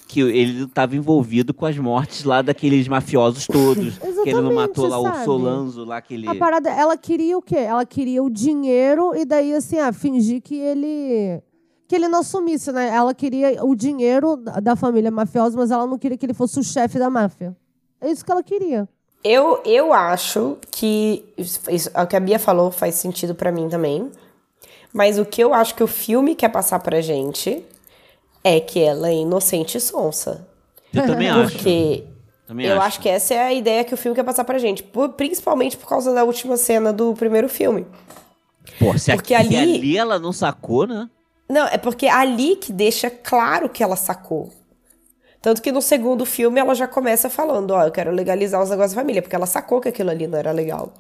que ele estava envolvido com as mortes lá daqueles mafiosos [laughs] todos. que ele não matou lá Exatamente, o sabe? Solanzo, lá aquele. A parada, ela queria o quê? Ela queria o dinheiro e daí, assim, ah, fingir que ele. Que ele não assumisse, né? Ela queria o dinheiro da da família mafiosa, mas ela não queria que ele fosse o chefe da máfia. É isso que ela queria. Eu, eu acho que isso- isso- é o que a Bia falou faz sentido pra mim também. Mas o que eu acho que o filme quer passar pra gente é que ela é inocente e sonsa. [laughs] Eu também acho. Porque Também eu acho. que essa é a ideia que o filme quer passar pra gente. por- principalmente por causa da última cena do primeiro filme. Pô, se é porque aqui- se ali- ali ela não sacou, né? Não, é porque ali que deixa claro que ela sacou. Tanto que no segundo filme ela já começa falando, ó, eu quero legalizar os negócios da família, porque ela sacou que aquilo ali não era legal.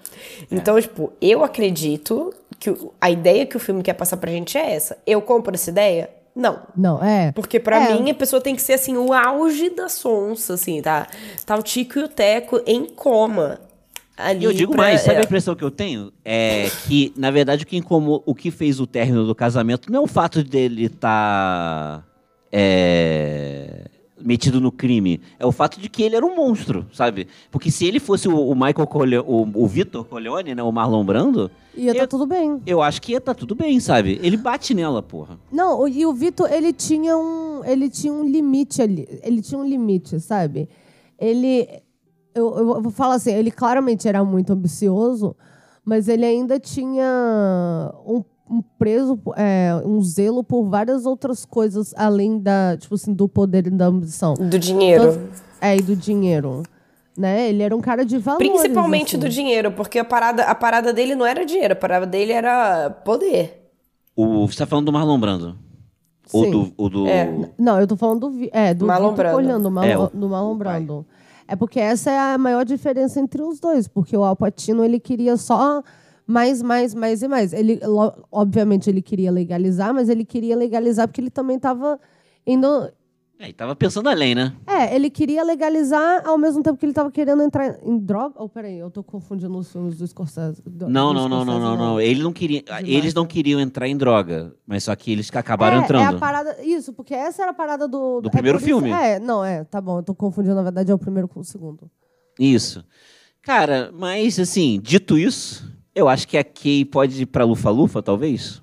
Então, tipo, eu acredito que o- a ideia que o filme quer passar pra gente é essa. Eu compro essa ideia? Não. Não, é. Porque pra É. mim a pessoa tem que ser assim, o auge da sonsa, assim, tá? Tá o Tico e o Teco em coma. Ali E eu digo pra- mais, sabe é. a impressão que eu tenho? É que, na verdade, o que, incomo- o que fez o término do casamento não é o fato dele estar metido no crime, é o fato de que ele era um monstro, sabe? Porque se ele fosse o, o Michael Corleone, o, o Vitor Corleone, né, o Marlon Brando, Ia tá Eu- tudo bem. eu acho que ia tá tudo bem, sabe? Ele bate nela, porra. Não, o- e o Vitor, ele tinha um. Ele tinha um limite ali. Ele tinha um limite, sabe? Ele. Eu, eu vou falar assim, ele claramente era muito ambicioso, mas ele ainda tinha um, um preso, é, um zelo por várias outras coisas além da, tipo assim, do poder e da ambição. Do dinheiro. Tanto- é, e do dinheiro. Né? Ele era um cara de valores. Principalmente assim. do dinheiro, porque a parada, a parada dele não era dinheiro, a parada dele era poder. O, você tá falando do Marlon Brando? Ou Sim. do. Ou do É. Não, eu tô falando do, Vi- é, do Malombrando. Vitor Colhão, do, Malo, É, o- do Malombrando. É porque essa é a maior diferença entre os dois, porque o Alpatino ele queria só mais, mais, mais e mais. Ele, lo- obviamente, ele queria legalizar, mas ele queria legalizar porque ele também estava indo. É, e tava pensando além, né? É, ele queria legalizar ao mesmo tempo que ele estava querendo entrar em droga. Oh, peraí, eu tô confundindo os filmes do Scorsese. do- Não, do não, não, não, Scorsese, não, não. Ele não queria, eles não queriam entrar em droga, mas só que eles que acabaram é, É entrando. a parada, isso, porque essa era a parada do. Do é primeiro por isso- filme. É, não, é, tá bom, eu tô confundindo, na verdade, é o primeiro com o segundo. Isso. Cara, mas assim, dito isso, eu acho que a Kay pode ir pra Lufa-Lufa, talvez?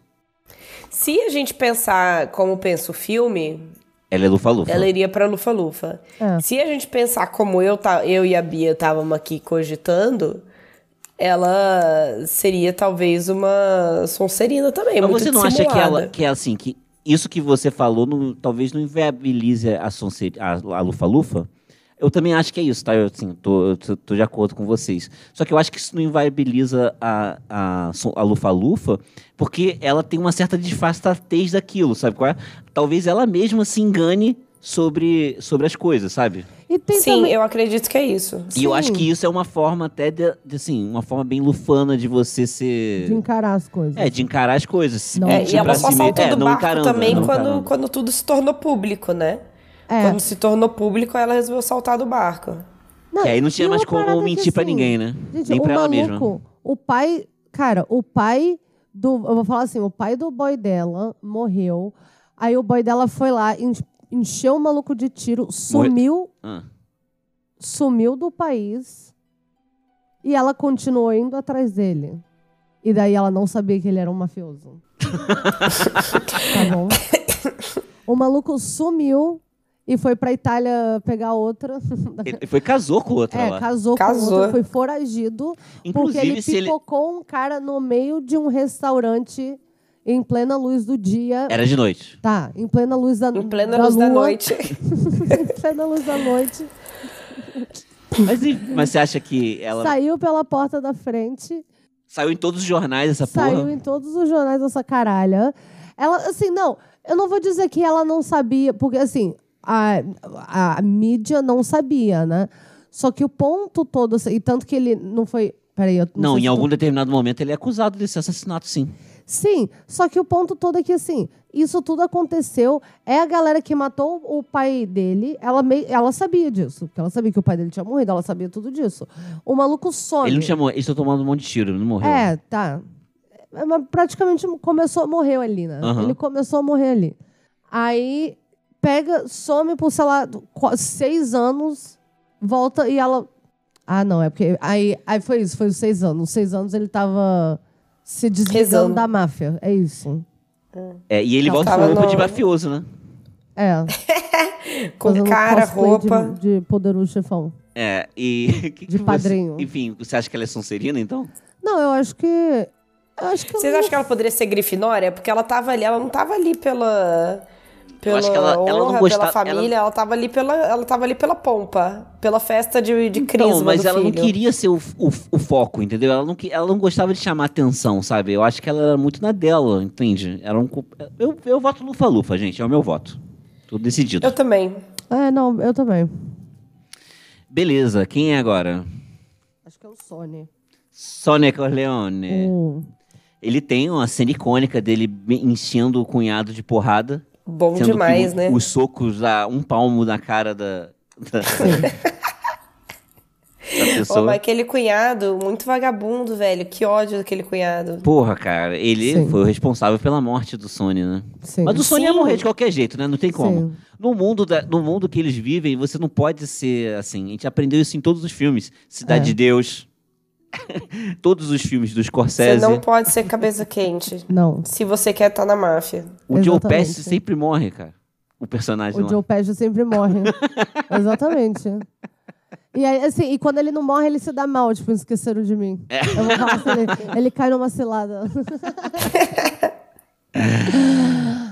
Se a gente pensar como pensa o filme, Ela é Lufa-Lufa. ela iria pra Lufa-Lufa. É. Se a gente pensar como eu, ta- eu e a Bia estávamos aqui cogitando, ela seria talvez uma Sonserina também. Mas É muito você não acha que dissimulada. ela, que é assim, que isso que você falou não- talvez não inviabilize a Sonse- a a Lufa-Lufa? Eu também acho que é isso, tá? Eu, assim, tô, eu tô- tô de acordo com vocês. Só que eu acho que isso não inviabiliza a, a, Son- a Lufa-Lufa, porque ela tem uma certa disfarçatez daquilo, sabe qual é? Talvez ela mesma se engane sobre, sobre as coisas, sabe? E tem Sim, também- eu acredito que é isso. E eu acho Sim. que isso é uma forma até de, de, assim, uma forma bem lufana de você ser... de encarar as coisas. É, de encarar as coisas. se Não. É, mentir e ela pra só si mesma. saltou É, do não barco encarando, também não quando, encarando. quando tudo se tornou público, né? É. Quando se tornou público, ela resolveu saltar do barco. É, aí não tinha e mais uma como parada que, assim, mentir pra ninguém, né? Gente, Nem o pra ela maluco, mesma. né? o pai, cara, o pai do, eu vou falar assim, o pai do boy dela morreu. Aí o boy dela foi lá, en- encheu o maluco de tiro, sumiu, [laughs] Ah. sumiu do país. E ela continuou indo atrás dele. E daí ela não sabia que ele era [laughs] um mafioso. tá bom? O maluco sumiu e foi pra Itália [laughs] pegar outra. Ele foi casou com outra É, lá. casou, com Casou. outra, foi foragido. Porque Inclusive, ele se ele pipocou um cara no meio de um restaurante em plena luz do dia. era de noite. Tá, em plena luz da Em plena luz da lua, noite. [laughs] [laughs] em plena luz da noite. Mas, e- [laughs] mas você acha que ela Saiu pela porta da frente. saiu em todos os jornais essa saiu porra? em todos os jornais essa caralha. Ela, assim, não, eu não vou dizer que ela não sabia, porque assim, a, a, a mídia não sabia, né? Só que o ponto todo, assim, e tanto que ele não foi. Peraí, eu não, Não, sei se em eu tô- algum determinado momento ele é acusado desse assassinato, sim. Sim, só que o ponto todo é que, assim, isso tudo aconteceu. É a galera que matou o pai dele. Ela, mei- ela sabia disso. Porque ela sabia que o pai dele tinha morrido, ela sabia tudo disso. O maluco some. Ele não chamou, ele só tomando um monte de tiro, ele não morreu. É, tá. É, mas praticamente começou, morreu ali, né? Aham. Ele começou a morrer ali. Aí pega, some por, sei lá, qu- seis anos, volta e ela. Ah, não, é porque. Aí, aí foi isso, foi os seis anos. Os seis anos ele tava se desligando Rezando. da máfia. É isso. É, e ele Ela volta com tava roupa no- de mafioso, né? É. [laughs] Com fazendo cara, cosplay roupa. De, de poderoso chefão. É, e... [laughs] que que você- padrinho. Enfim, você acha que ela é Sonserina, então? Não, eu acho que. Eu acho que. Vocês acham que ela poderia ser Grifinória? Porque ela tava ali, ela não tava ali pela pela acho que ela- ela honra, não pela gostava- família, ela... tava ali pela ela tava ali pela pompa, pela festa de de crisma Não, Então, mas do ela filho. não queria ser o, o- o foco, entendeu? Ela não, que- ela não gostava de chamar atenção, sabe? Eu acho que ela era muito na dela, entende? Era um, cu- eu, eu voto Lufa-Lufa, gente, é o meu voto. Tô decidido. Eu também. É, não, eu também. Beleza, quem é agora? Acho que é o Sony. Um, Sonic Hum. Corleone. O- Ele tem uma cena icônica dele me- enchendo o cunhado de porrada. Bom sendo que demais, o- né? Os socos dá um palmo na cara da, [laughs] da, da Ô, pessoa. mas aquele cunhado, muito vagabundo, velho. Que ódio daquele cunhado. Porra, cara, ele Sim. foi o responsável pela morte do Sony, né? Sim. Mas o Sony ia Sim. morrer de qualquer jeito, né? Não tem como. Sim. No mundo, da- no mundo que eles vivem, você não pode ser assim. A gente aprendeu isso em todos os filmes. Cidade É. de Deus. [laughs] todos os filmes do Você Scorsese. não pode ser cabeça quente. Não. Se você quer estar na máfia. O Joe Exatamente. Pesci sempre morre, cara. O personagem O lá. Joe Pesci [laughs] sempre morre. Exatamente. E aí, assim, e quando ele não morre, ele se dá mal, tipo, esqueceram de mim. É. Eu vou falar assim, ele, ele cai numa cilada.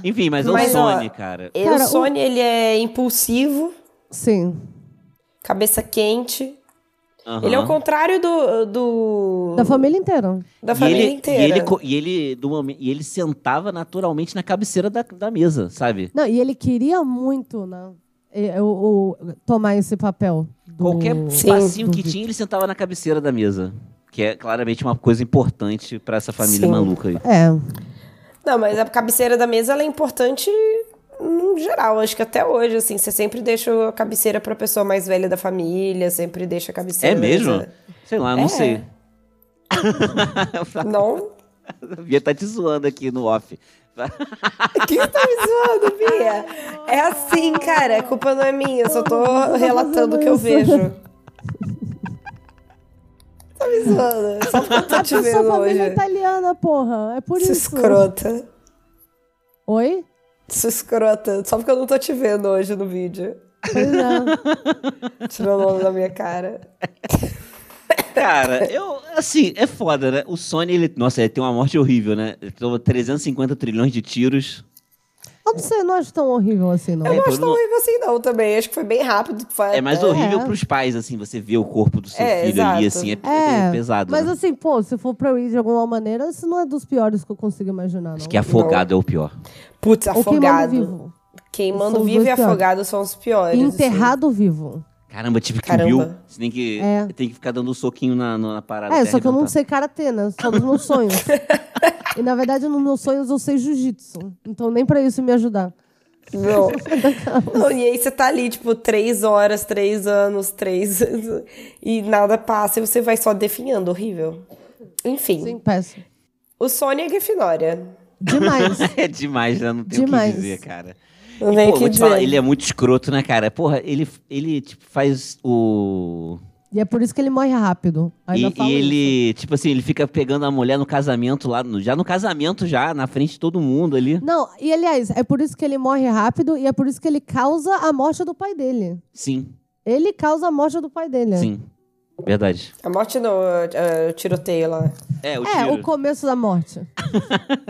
Enfim, mas, é o Mas, ó, Sony, cara. E o Cara, o- Sony, ele é impulsivo, Sim. cabeça quente. Aham. Ele é o contrário do. do Da família inteira. da E família ele- inteira. E ele, co- e, ele, do momen- e ele sentava naturalmente na cabeceira da, da mesa, sabe? Não, e ele queria muito, né? e- o- o- tomar esse papel do Qualquer Sim. passinho que tinha, ele sentava na cabeceira da mesa. Que é claramente uma coisa importante pra essa família Sim. maluca aí. É. Não, mas a cabeceira da mesa ela é importante no geral, acho que até hoje, assim, você sempre deixa a cabeceira pra pessoa mais velha da família, sempre deixa a cabeceira. É da mesmo? mesa. Sei lá, não É. sei. [laughs] Não? A Bia tá te zoando aqui no off. Que você tá me zoando, Bia? É assim, cara, a culpa não é minha, eu só tô relatando o que eu um. vejo. Tá me zoando, só porque eu tô te A sua vendo família é hoje. italiana, porra. É por Sua isso. escrota. [laughs] Oi? Sua escrota, só porque eu não tô te vendo hoje no vídeo. Pois é. Tirando onda da minha cara. Cara, eu. Assim, é foda, né? O Sony, ele. Nossa, ele tem uma morte horrível, né? Ele toma 350 trilhões de tiros. Eu não sei, não acho tão horrível assim, não. É, Não acho Bruno- tão horrível assim, não, também. Acho que foi bem rápido. Foi É mais até- horrível É. pros pais, assim, você ver o corpo do seu É, filho ali, exato. assim, é, é É, pesado. Mas né? assim, pô, se for pra eu ir de alguma maneira, isso não é dos piores que eu consigo imaginar, não. Acho que afogado é o pior. Putz, Ou queimado afogado. vivo. Queimando São os vivo e dois piores. afogado são os piores. E assim. enterrado vivo. Caramba, tipo que Caramba. Bill. Você tem que, É. tem que ficar dando um soquinho na, na, na parada. É, até só que eu não arrebentar. sei karatê, né? Só dos meus sonhos. e na verdade, nos meus sonhos eu sei jiu-jitsu. Então nem pra isso me ajudar. Não. [laughs] Não, E aí você tá ali, tipo, três horas, três anos, três anos, e nada passa e você vai só definhando. Horrível. Enfim. Sim, péssimo. O Sony é Grifinória. Demais. [laughs] É demais, né? Não tem o que Demais. dizer, cara. Não Pô, vem vou aqui te falar, dizer. ele é muito escroto, né, cara? Porra, ele, ele tipo, faz o. e é por isso que ele morre rápido. E, Ainda e falo isso. ele, tipo assim, ele fica pegando a mulher no casamento lá, no- já no casamento, já, na frente de todo mundo ali. Não, e aliás, é por isso que ele morre rápido e é por isso que ele causa a morte do pai dele. Sim, Ele causa a morte do pai É. dele. sim. Verdade. A morte não, a- a- o tiroteio lá. É, o É, tiro, o começo da morte.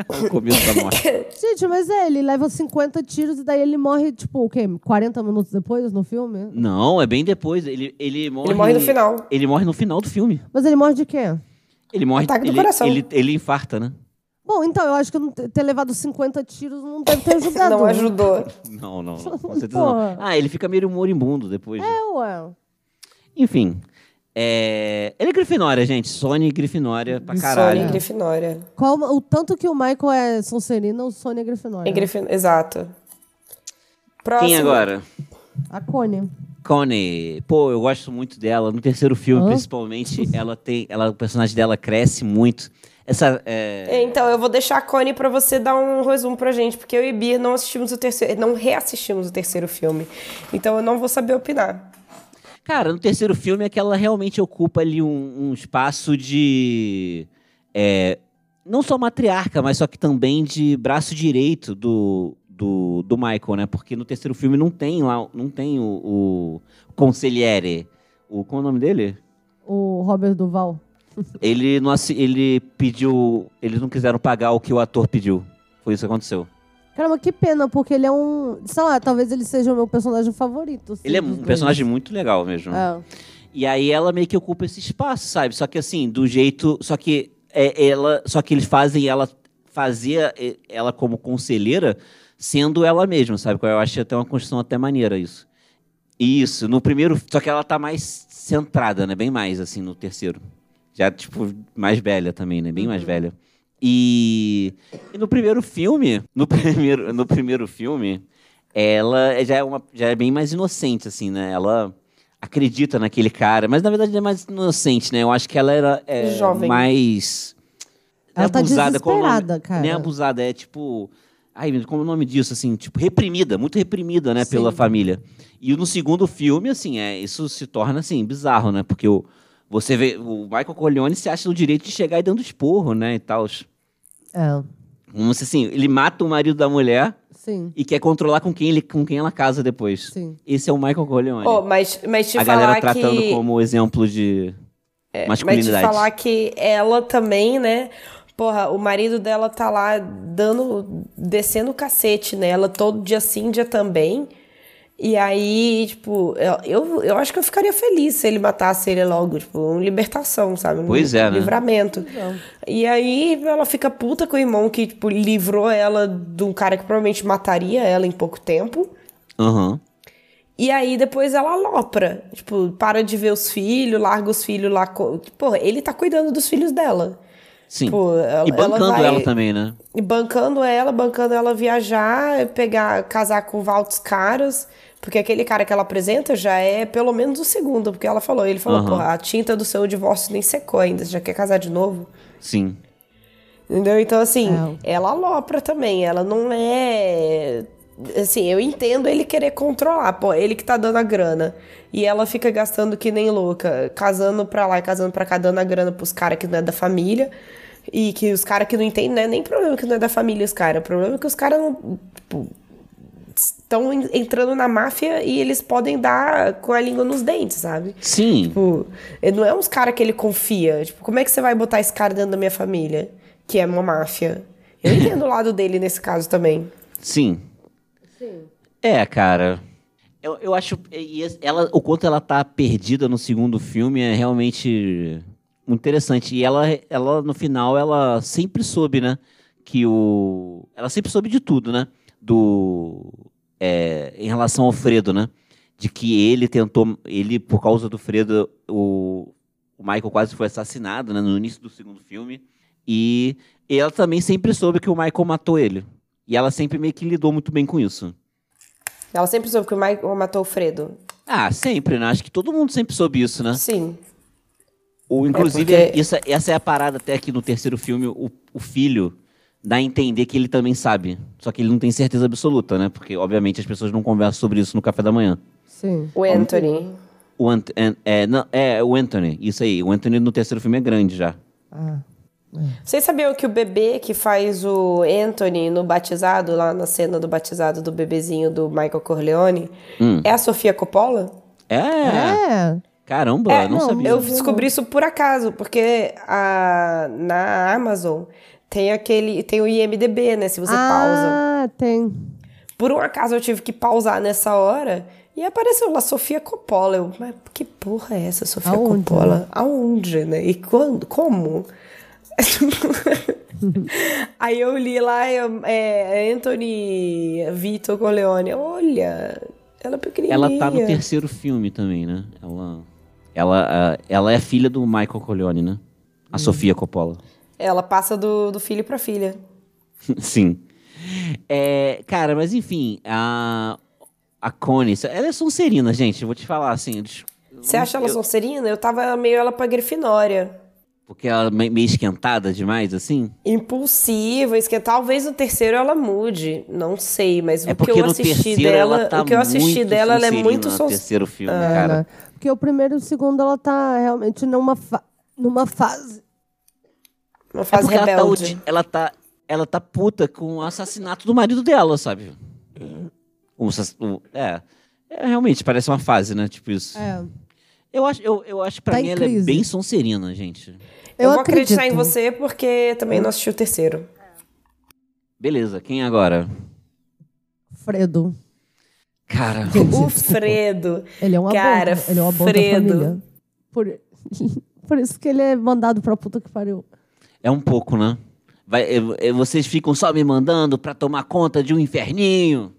o começo da morte. [laughs] Gente, mas é, ele leva 50 tiros e daí ele morre, tipo, o quê? 40 minutos depois no filme? Não, é bem depois. Ele, ele morre. Ele morre no final. Ele morre no final do filme. Mas ele morre de quê? Ele morre. Ataque do ele, coração. Ele, ele infarta, né? Bom, então, eu acho que não ter ter levado 50 tiros não deve É [laughs] ter ajudado. né? Não ajudou. Não, não, não. Com certeza não. [laughs] Porra. Ah, ele fica meio moribundo depois. né? É, ué. Enfim. É... Ele é Grifinória, gente. Sony Grifinória pra caralho. Sony é Grifinória. Qual, o tanto que o Michael é Sonserina, o Sônia é Grifinória. É Grifin... Exato. Próximo. Quem agora? A Cone. Connie. Pô, eu gosto muito dela. No terceiro filme, Hã? principalmente, ela tem. Ela, o personagem dela cresce muito. Essa. É... É, Então, eu vou deixar a Connie pra você dar um resumo pra gente, porque eu e Bia não assistimos o terceiro, não reassistimos o terceiro filme. Então eu não vou saber opinar. Cara, no terceiro filme é que ela realmente ocupa ali um, um espaço de. é, não só matriarca, mas só que também de braço direito do, do, do Michael, né? Porque no terceiro filme não tem lá, não tem o, o conselheiro. O, qual é o nome dele? O Robert Duval. Ele, não, assi- ele pediu. Eles não quiseram pagar o que o ator pediu. Foi isso que aconteceu. Caramba, que pena, porque ele é um. Sei lá, talvez ele seja o meu personagem favorito. assim, Ele é dos um dois. personagem muito legal mesmo. É. E aí ela meio que ocupa esse espaço, sabe? Só que assim, do jeito. Só que é, ela. Só que eles fazem ela fazer é, ela como conselheira sendo ela mesma, sabe? Eu acho até uma construção até maneira isso. E Isso, no primeiro. Só que ela tá mais centrada, né? Bem mais, assim, no terceiro. Já, tipo, mais velha também, né? Bem Uhum. mais velha. E, e no primeiro filme. No [laughs] primeiro, no primeiro filme, ela é- já é, uma, já é bem mais inocente, assim, né? Ela acredita naquele cara, mas na verdade é mais inocente, né? Eu acho que ela era é, Jovem. mais. Ela tá qual é o nome? desesperada, cara. Nem abusada, é tipo. Ai, meu, como é o nome disso, assim, tipo, reprimida, muito reprimida, né, Sim. pela família. E no segundo filme, assim, é, isso se torna, assim, bizarro, né, porque o, você vê, o Michael Corleone se acha no direito de chegar e dando esporro, né, e tal. É. Como se, assim, ele mata o marido da mulher Sim, e quer controlar com quem, ele, com quem ela casa depois. sim. Esse é o Michael Corleone. Oh, mas, mas te A galera falar tratando que. É, como exemplo de Mas te masculinidade. falar que ela também, né? Porra, o marido dela tá lá dando. descendo o cacete nela, todo dia sim, dia também. E aí, tipo, eu- eu, eu acho que eu ficaria feliz se ele matasse ele logo, tipo, uma libertação, sabe? Um Pois é, né? livramento. E aí ela fica puta com o irmão que, tipo, livrou ela de um cara que provavelmente mataria ela em pouco tempo. Aham. E aí depois ela alopra. Tipo, para de ver os filhos, larga os filhos lá. co- Porra, ele tá cuidando dos filhos dela. Sim. Pô, ela- e bancando ela ela, vai- também, né? E bancando ela, bancando ela viajar, pegar, casar com altos caras, porque aquele cara que ela apresenta já é pelo menos o segundo, porque ela falou, ele falou, Aham. porra, a tinta do seu divórcio nem secou ainda, você já quer casar de novo? Sim. Entendeu? Então, assim, É. ela alopra também, ela não é. Assim, eu entendo ele querer controlar, pô, ele que tá dando a grana. E ela fica gastando que nem louca, casando pra lá e casando pra cá, dando a grana pros caras que não é da família. E que os caras que não entendem, não é nem problema que não é da família os caras, o problema é que os caras não. tipo, estão en- entrando na máfia e eles podem dar com a língua nos dentes, sabe? Sim. Tipo, ele não é uns cara que ele confia. Tipo, como é que você vai botar esse cara dentro da minha família? Que é uma máfia. Eu entendo o lado dele nesse caso também. Sim. É, cara. Eu, eu acho. e es- Ela, o quanto ela tá perdida no segundo filme é realmente interessante. E ela, ela, no final, ela sempre soube, né? Que o. Ela sempre soube de tudo, né? Do. é, em relação ao Fredo, né? De que ele tentou. Ele, por causa do Fredo, o, o Michael quase foi assassinado, né? No início do segundo filme. E ela também sempre soube que o Michael matou ele. E ela sempre meio que lidou muito bem com isso. Ela sempre soube que o Michael matou o Fredo. Ah, sempre, né? Acho que todo mundo sempre soube isso, né? Sim. Ou, inclusive, porque- isso- essa é a parada até que no terceiro filme o, o filho dá a entender que ele também sabe. Só que ele não tem certeza absoluta, né? Porque, obviamente, as pessoas não conversam sobre isso no café da manhã. Sim. O Anthony. O Ant An- é, não, é, o Anthony, isso aí. O Anthony no terceiro filme é grande já. Ah. É. Vocês sabiam que o bebê que faz o Anthony no batizado, lá na cena do batizado do bebezinho do Michael Corleone, Hum. é a Sofia Coppola? É! É. Caramba, É, não, não, sabia. Eu descobri isso por acaso, porque a, na Amazon tem aquele. tem o IMDB, né? Se você pausa. ah, tem. Por um acaso eu tive que pausar nessa hora e apareceu lá Sofia Coppola. Eu, mas que porra é essa, Sofia Aonde, Coppola? Aonde, né? E quando? Como? [laughs] Aí eu li lá, eu, é, Anthony Vitor Corleone. Olha, ela é pequenininha. Ela tá no terceiro filme também, né? Ela, ela, ah, ela é filha do Michael Corleone, né? Hum. A Sofia Coppola. Ela passa do, do filho pra filha. [laughs] Sim. É, cara, mas enfim, a, a Connie, ela é Sonserina, gente, eu vou te falar assim. eu des- Você acha ela eu- Sonserina? Eu tava meio ela pra Grifinória. Porque ela é me- meio esquentada demais, assim? Impulsiva, isso que é, talvez no terceiro ela mude, não sei, mas é o que porque eu no assisti terceiro dela, ela tá o que eu assisti muito dela, ela é Sonserina muito Ah, no sons- terceiro filme, É, cara. né? Porque o primeiro e o segundo ela tá realmente numa, fa- numa fase. uma É fase porque ela tá, rebelde. odi- ela, tá, ela tá puta com o assassinato do marido dela, sabe? O, assass- o- é, é, realmente, parece uma fase, né? Tipo isso. É. Eu acho, eu, eu acho que pra Tá em mim ela é crise. bem Sonserina, gente. Eu, Eu vou acreditar em acredito. você porque também não assisti o terceiro. Beleza, quem é agora? Fredo. Cara, O [laughs] Fredo. Ele é um Cara, aborto. Ele é um aborto Fredo. da família. Por... [laughs] Por isso que ele é mandado pra puta que pariu. é um pouco, né? Vai, é- é- vocês ficam só me mandando pra tomar conta de um inferninho.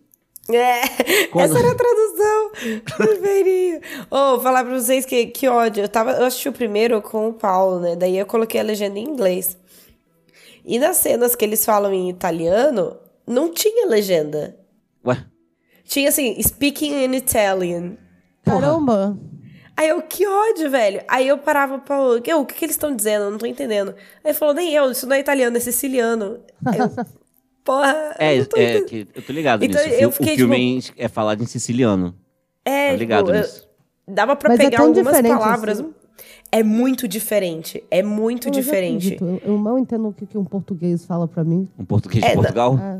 É, Quando- essa era a tradução do Verinho. Ô, vou falar pra vocês que, que ódio. Eu, tava, eu assisti o primeiro com o Paulo, né? Daí eu coloquei a legenda em inglês. E nas cenas que eles falam em italiano, não tinha legenda. Ué, Tinha assim, speaking in Italian. É Caramba! [laughs] Aí eu, que ódio, velho. Aí eu parava pra. Eu, o que, que eles estão dizendo? Eu não tô entendendo. Aí ele falou, nem eu, isso não é italiano, é siciliano. Aí eu, porra. é, eu não tô é entendendo. que eu tô ligado Então, nisso. O eu fi- fiquei, tipo, o filme é falado em siciliano. É, Tá ligado tipo, eu- nisso. dava pra Mas é pegar tão algumas diferente palavras. assim. É muito diferente. É muito Mas eu diferente. acredito, Eu, eu não entendo o que, que um português fala pra mim. Um português de É, da- Portugal. É.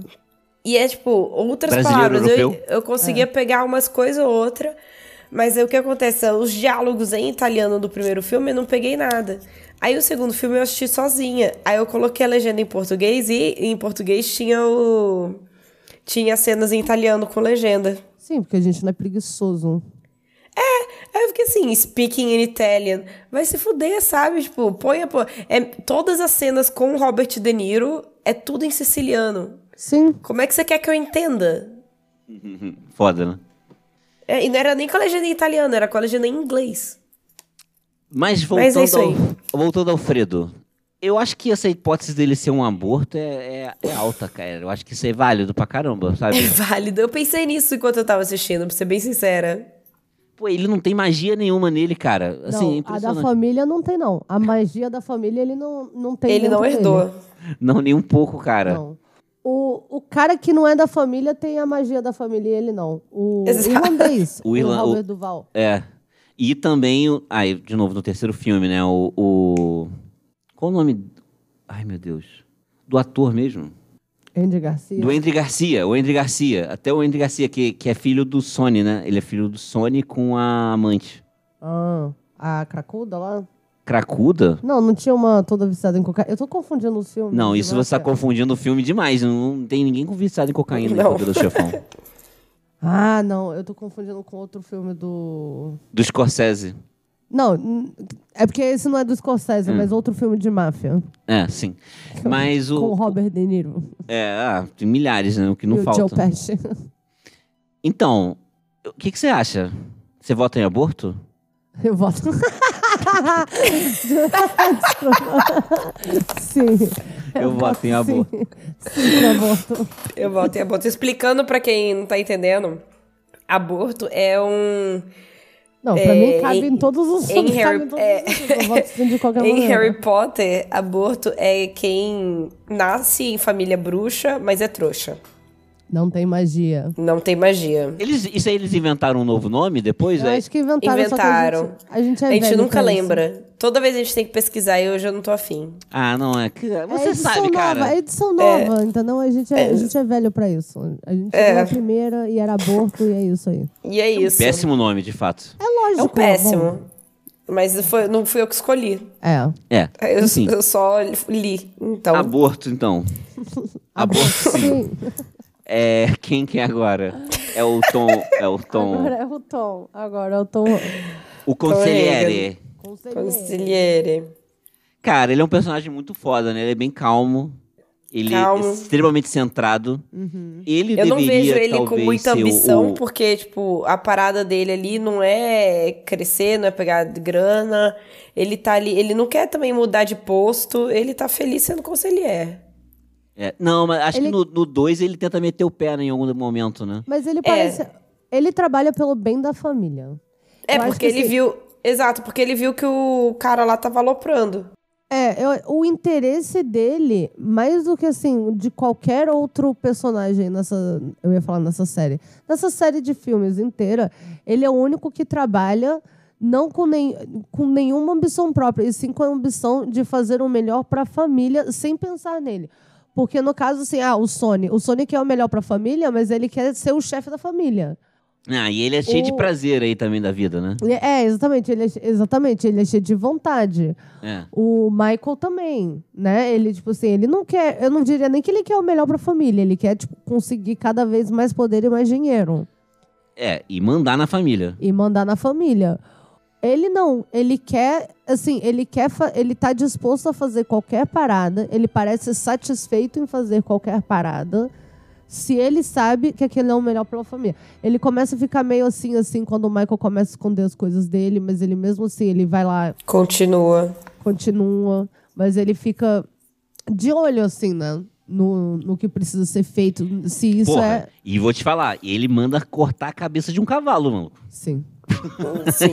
E é tipo, outras Brasileiro, palavras. Eu, europeu. eu conseguia pegar umas coisas ou outra, mas aí o que acontece? Os diálogos em italiano do primeiro filme eu não peguei nada. Aí o segundo filme eu assisti sozinha. Aí eu coloquei a legenda em português e em português tinha o. Tinha cenas em italiano com legenda. Sim, porque a gente não é preguiçoso. Aí eu fiquei assim, speaking in Italian. Vai se fuder, sabe? Tipo, põe a. po- É, todas as cenas com o Robert De Niro é tudo em siciliano. Sim. Como é que você quer que eu entenda? Foda, né? É, e não era nem com a legenda em italiano, era com a legenda em inglês. [laughs] Mas Mas voltando, é isso aí. ao, voltando ao Fredo, eu acho que essa hipótese dele ser um aborto é, é- é alta, cara. Eu acho que isso é válido pra caramba, [laughs] sabe? É válido. Eu pensei nisso enquanto eu tava assistindo, pra ser bem sincera. Pô, ele não tem magia nenhuma nele, cara. Assim, é não, a da impressionante. família não tem, não. A magia da família ele não, não tem. Ele não dentro herdou. dele. Não, nem um pouco, cara. Não. O, o cara que não é da família tem a magia da família e ele não. O Exato. irlandês, [laughs] O o, irlan- Robert o- Duval. É. E também, o- aí, de novo, no terceiro filme, né? O, o- Qual o nome? Ai, meu Deus. Do ator mesmo. Andy Garcia. Do Andy Garcia. O Andy Garcia. Até o Andy Garcia, que, que é filho do Sony, né? Ele é filho do Sony com a amante. Ah, a cracuda lá? Cracuda? Não, não tinha uma toda viciada em cocaína. Eu tô confundindo os filmes. né? Não, isso você tá confundindo. confundindo o filme demais. Não, não tem ninguém convicado em cocaína Não. no do [laughs] chefão. Ah, não, eu tô confundindo com outro filme do. Do Scorsese. Não, n- é porque esse não é do Scorsese, Hum. mas outro filme de máfia. É, sim. Mas Com o o. Robert De Niro É, ah, tem milhares, né? O que e não o Joe falta. Pesci. [laughs] Então, o que, que você acha? Você vota em aborto? Eu voto. [laughs] sim. Eu assim, voto em aborto. Sim, sim pra aborto. Eu volto em aborto. Explicando pra quem não tá entendendo, aborto é um. Não, pra É, mim cabe em- em todos os em [laughs] cabe Harry- em todos é. os filmes. Eu voto sim de [laughs] qualquer Em maneira. Harry Potter, aborto é quem nasce em família bruxa, mas é trouxa. Não tem magia. Não tem magia. Eles, isso aí eles inventaram um novo nome depois? Eu é? acho que inventaram. Só Inventaram. que a gente, a gente, é A gente velho nunca pra isso. lembra. Toda vez a gente tem que pesquisar e hoje eu não tô afim. Ah, não é. que- Você é edição sabe, cara. nova, é edição nova, entendeu? A gente, é, a gente é velho pra isso. A gente É. é. a primeira e era aborto e é isso aí. E é isso. Péssimo nome, de fato. É lógico. É um bom. péssimo. Mas foi- não fui eu que escolhi. É. É. Eu, Enfim, eu só li. Então. aborto, então. Aborto, sim. Sim. É, quem que é agora? É o Tom. É o Tom. Agora é o Tom. Agora é o Tom. O Conselheiro. Conselheiro. Conselheiro. Cara, ele é um personagem muito foda, né? Ele é bem calmo. Ele Calmo. é extremamente centrado. Ele Eu não deveria, vejo ele com talvez, muita ser o- ambição, o- porque, tipo, a parada dele ali não é crescer, não é pegar grana. Ele tá ali, ele não quer também mudar de posto, ele tá feliz sendo conselheiro. É, não, mas acho Ele- que no 2 ele tenta meter o pé em algum momento, né? Mas ele parece. Ele trabalha pelo bem da família. É, Eu acho porque que ele assim- viu. Exato, porque ele viu que o cara lá tava aloprando. É, eu- o interesse dele, mais do que assim, de qualquer outro personagem nessa. Eu ia falar nessa série. Nessa série de filmes inteira, ele é o único que trabalha não com, nem, com nenhuma ambição própria, e sim com a ambição de fazer o melhor para a família sem pensar nele. Porque no caso, assim, ah, o Sony. O Sony quer o melhor para a família, mas ele quer ser o chefe da família. Ah, e ele é cheio de O- prazer aí também da vida, né? Ele- É, exatamente. Ele é, exatamente, ele é cheio de vontade. É. O Michael também, né? Ele, tipo assim, ele não quer. Eu não diria nem que ele quer o melhor pra família. Ele quer, tipo, conseguir cada vez mais poder e mais dinheiro. É, e mandar na família. E mandar na família. Ele não. Ele quer. Assim, ele quer. fa- Ele tá disposto a fazer qualquer parada. Ele parece satisfeito em fazer qualquer parada. Se ele sabe que aquele é o melhor pra família. Ele começa a ficar meio assim, assim, quando o Michael começa a esconder as coisas dele, mas ele mesmo assim, ele vai lá, Continua. continua, mas ele fica de olho, assim, né? No, no que precisa ser feito. Se isso Porra, é. e vou te falar, ele manda cortar a cabeça de um cavalo, mano. Sim. Sim.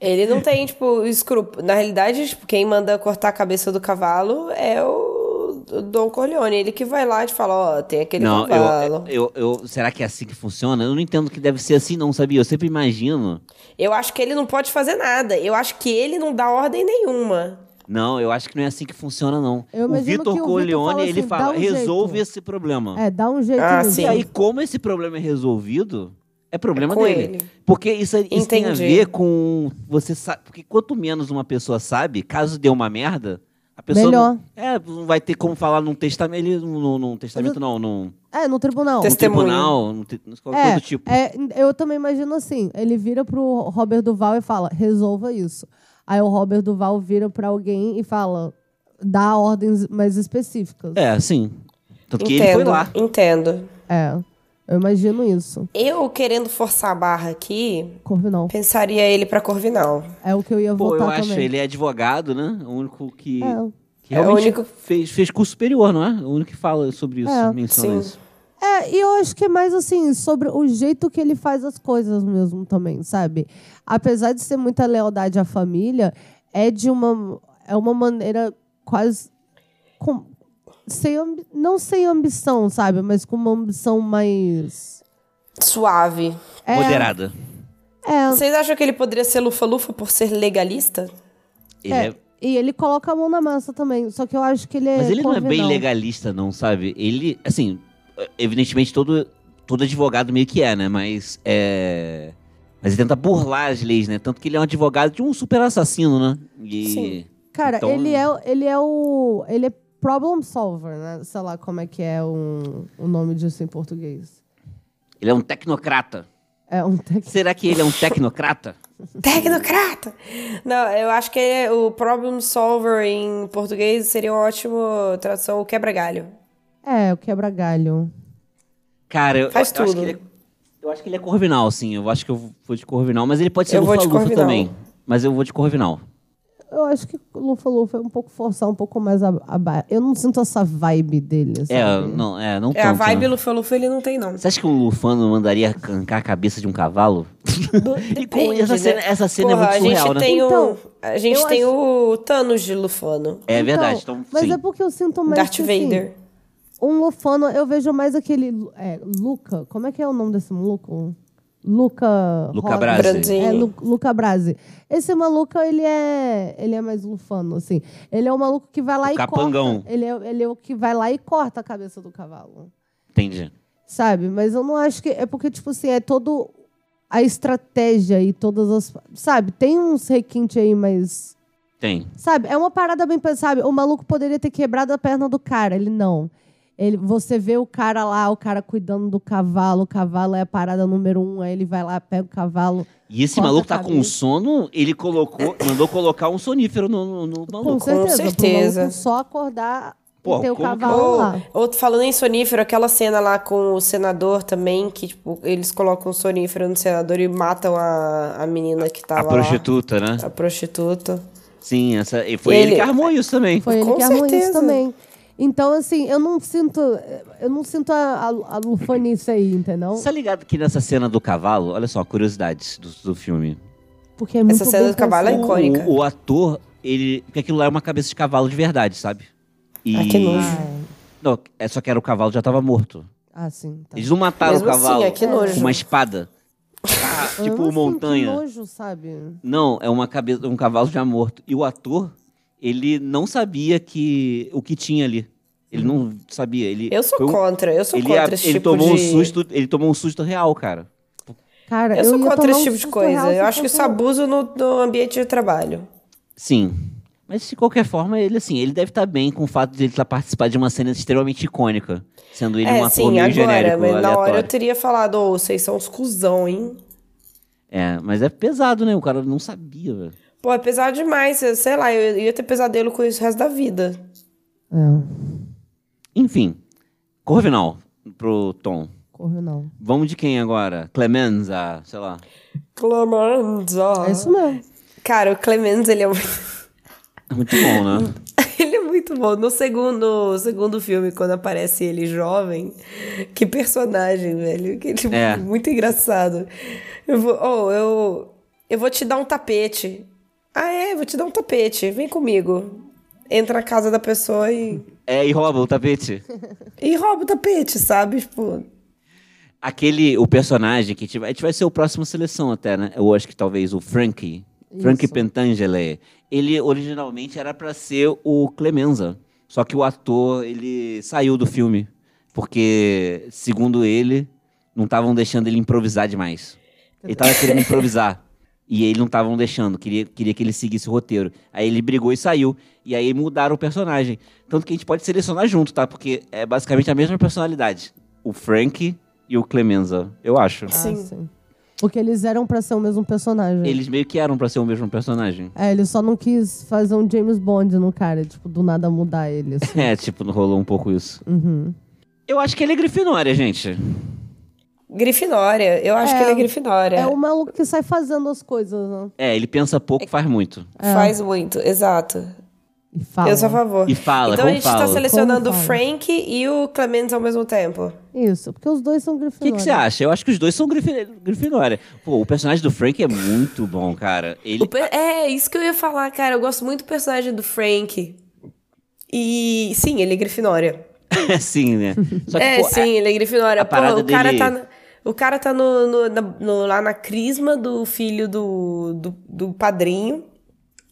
ele não tem, tipo, escrúpulo. Na realidade, tipo, quem manda cortar a cabeça do cavalo é o Don Corleone. Ele que vai lá e fala, ó, tem aquele não, cavalo. eu, eu, eu- Será que é assim que funciona? Eu não entendo que deve ser assim, não, sabia? Eu sempre imagino. Eu acho que ele não pode fazer nada. Eu acho que ele não dá ordem nenhuma. Não, eu acho que não é assim que funciona, não. Eu o imagino que o Vitor Vitor Corleone, fala ele assim, fala: "Dá um resolve jeito." esse problema. É, dá um jeito Ah, nisso. sim. E aí, como esse problema é resolvido, é problema É com dele. ele. Porque isso, isso tem a Entendi. ver com você sabe. Porque quanto menos uma pessoa sabe, caso dê uma merda, a pessoa. Melhor. Não, é, não vai ter como falar num testamento. Ele, num, num testamento, não, num, É, no tribunal. num Testemunho. tribunal, num, te- num- qualquer coisa do tipo. É, eu também imagino assim: ele vira pro Robert Duval e fala, resolva isso. Aí o Robert Duval vira pra alguém e fala, dá ordens mais específicas. É, sim. É, Tanto que ele foi Entendo, lá. entendo. É. Eu imagino isso. Eu, querendo forçar a barra aqui, Corvinal. pensaria ele pra Corvinal. É o que eu ia Pô, votar eu acho, também. ele é advogado, né? O único que. É. que É o realmente único- fez, fez curso superior, não é? O único que fala sobre isso, É, menciona sim. isso. É, e eu acho que é mais assim, sobre o jeito que ele faz as coisas mesmo também, sabe? Apesar de ser muita lealdade à família, é de uma. É uma maneira quase. Com, sem, ambi- não sem ambição, sabe? Mas com uma ambição mais. Suave. É, Moderada. É, Vocês acham que ele poderia ser lufa-lufa por ser legalista? Ele É. é... E ele coloca a mão na massa também. Só que eu acho que ele é. Mas ele não é bem corvinal. legalista, não, sabe? Ele, assim, evidentemente todo, todo advogado meio que é, né? Mas é. Mas ele tenta burlar as leis, né? Tanto que ele é um advogado de um super assassino, né? E... Sim. Cara, Então- ele, é, ele é o. Ele é problem solver, né? Sei lá como é que é um, o nome disso em português. Ele é um tecnocrata. É um tec... Será que ele é um tecnocrata? Tecnocrata! Não, eu acho que ele é- o problem solver em português seria uma ótima tradução, o quebra-galho. É, o quebra-galho. Cara, eu, Faz eu acho tudo. que ele é, eu acho que ele é corvinal, sim. Eu acho que eu vou de corvinal, mas ele pode ser Eu vou de lufa-lufa corvinal. também. Mas eu vou de corvinal. Eu acho que o Lufa Lufa é um pouco forçar um pouco mais a, a ba- Eu não sinto essa vibe dele. Sabe? É, não, é, não É, Então, tanto, a tá. vibe né? lufa-lufa ele não tem, não. Você acha que um lufano mandaria arrancar a cabeça de um cavalo? e com Depende, essa né? cena, essa cena Porra, é muito surreal, a gente né? tem Então, o, a gente eu tem acho- o Thanos de Lufano. É verdade. Então, mas sim. é porque eu sinto mais. Darth que, assim, Vader. um lufano, eu vejo mais aquele. é, Luca. Como é que é o nome desse maluco? Luca. Luca Rosa. Brasi. Brasi. É, Lu- Luca Brasi. Esse maluco, ele é. Ele é mais lufano, assim. Ele é o maluco que vai lá O e capangão. corta. Ele é, ele é o que vai lá e corta a cabeça do cavalo. Entendi. Sabe? Mas eu não acho que. É porque, tipo assim, é todo. A estratégia e todas as. Sabe? Tem uns requinte aí, mas. Tem. Sabe? É uma parada bem pensada. O maluco poderia ter quebrado a perna do cara. Ele não. Ele, você vê o cara lá, o cara cuidando do cavalo, o cavalo é a parada número um, aí ele vai lá, pega o cavalo. E esse Corta maluco a tá cabeça. com sono, ele colocou, mandou colocar um sonífero no, no, no Com maluco. certeza. pro certeza. maluco só acordar Pô, e ter o como que- cavalo lá. Outro falando em sonífero, aquela cena lá com o senador também, que tipo, eles colocam o sonífero no senador e matam a, a menina que A tava prostituta, né? lá. A prostituta. Sim, essa, e foi Ele- ele... que armou isso também. Foi ele Com que armou isso certeza. também. Então, assim, eu não sinto. Eu não sinto a, a, a lufanice aí, entendeu? Você tá ligado que nessa cena do cavalo, olha só, curiosidades do, do filme. Porque é muito Essa cena bem do cavalo é pensado. icônica. O, o ator, ele. Porque aquilo lá é uma cabeça de cavalo de verdade, sabe? E... Ah, que nojo. Não, é só que era o cavalo já tava morto. Ah, sim. Tá. Eles não mataram Mesmo o cavalo assim, é que nojo. com uma espada. Ah, tipo Eu não montanha. sinto nojo, sabe? Não, é uma cabeça, um cavalo já morto. E o ator, ele não sabia que o que tinha ali. Ele não sabia. Ele Eu sou foi um- contra, eu sou ele, contra a- esse ele tipo tomou de... um susto, ele tomou um susto real, cara. Cara, Eu sou ia contra tomar esse um tipo de susto coisa. real se Eu acho que fosse isso é abuso no, no ambiente de trabalho. Sim. Mas de qualquer forma, ele assim, ele deve estar bem com o fato de ele estar participando de uma cena extremamente icônica, sendo ele um é, ator sim, meio agora, genérico, mas aleatório. na hora eu teria falado, ô, vocês são uns cuzão, hein? É, mas é pesado, né? O cara não sabia, velho. Pô, é pesado demais, eu- sei lá, eu ia ter pesadelo com isso o resto da vida. É, Enfim, Corvinal pro Tom. correu não. Vamos de quem agora? Clemenza, sei lá. Clemenza. É isso mesmo. Cara, o Clemens, ele é muito... Muito [laughs] bom, né? ele é muito bom. No segundo, segundo filme, quando aparece ele jovem, que personagem, velho. Que, tipo, É. Muito engraçado. Eu vou, oh, eu, eu vou te dar um tapete. Ah, é? Vou te dar um tapete. Vem comigo. Entra na casa da pessoa e, É, e rouba o tapete. e rouba o tapete, sabe? Tipo, Aquele, o personagem que tiver, a gente vai ser o próximo seleção até, né? Eu acho que talvez o Frankie, Frankie Isso. Pentangele. Ele originalmente era pra ser o Clemenza, só que o ator, ele saiu do filme, porque, segundo ele, não estavam deixando ele improvisar demais. Ele tava querendo improvisar. E ele não estavam deixando, queria, queria que ele seguisse o roteiro. Aí ele brigou e saiu. E aí mudaram o personagem. Tanto que a gente pode selecionar junto, tá? Porque é basicamente a mesma personalidade. O Frank e o Clemenza, eu acho. Ah, Sim. sim. Porque eles eram pra ser o mesmo personagem. Eles meio que eram pra ser o mesmo personagem. [laughs] É, ele só não quis fazer um James Bond no cara, tipo, do nada mudar ele. assim. É, tipo, rolou um pouco isso. Uhum. Eu acho que ele é Grifinória, gente. Grifinória. Eu acho É. que ele [laughs] é Grifinória. É o maluco que sai fazendo as coisas, né? É, ele pensa pouco, faz muito. É. Faz muito, exato. E fala. Eu sou a favor. E fala, então a como gente fala? tá selecionando o Como fala? Frank e o Clemens ao mesmo tempo. Isso, porque os dois são O que grifinória. que você acha? Eu acho que os dois são grifi- Grifinória. Pô, o personagem do Frank é muito bom, cara. Ele O per- É, isso que eu ia falar, cara. Eu gosto muito do personagem do Frank. E sim, ele é Grifinória. [laughs] é assim, né? Só que, é, pô, sim, ele é Grifinória. a Pô, parada o cara dele- tá. na- O cara tá no, no- na- no- lá na crisma do filho do, do, do padrinho.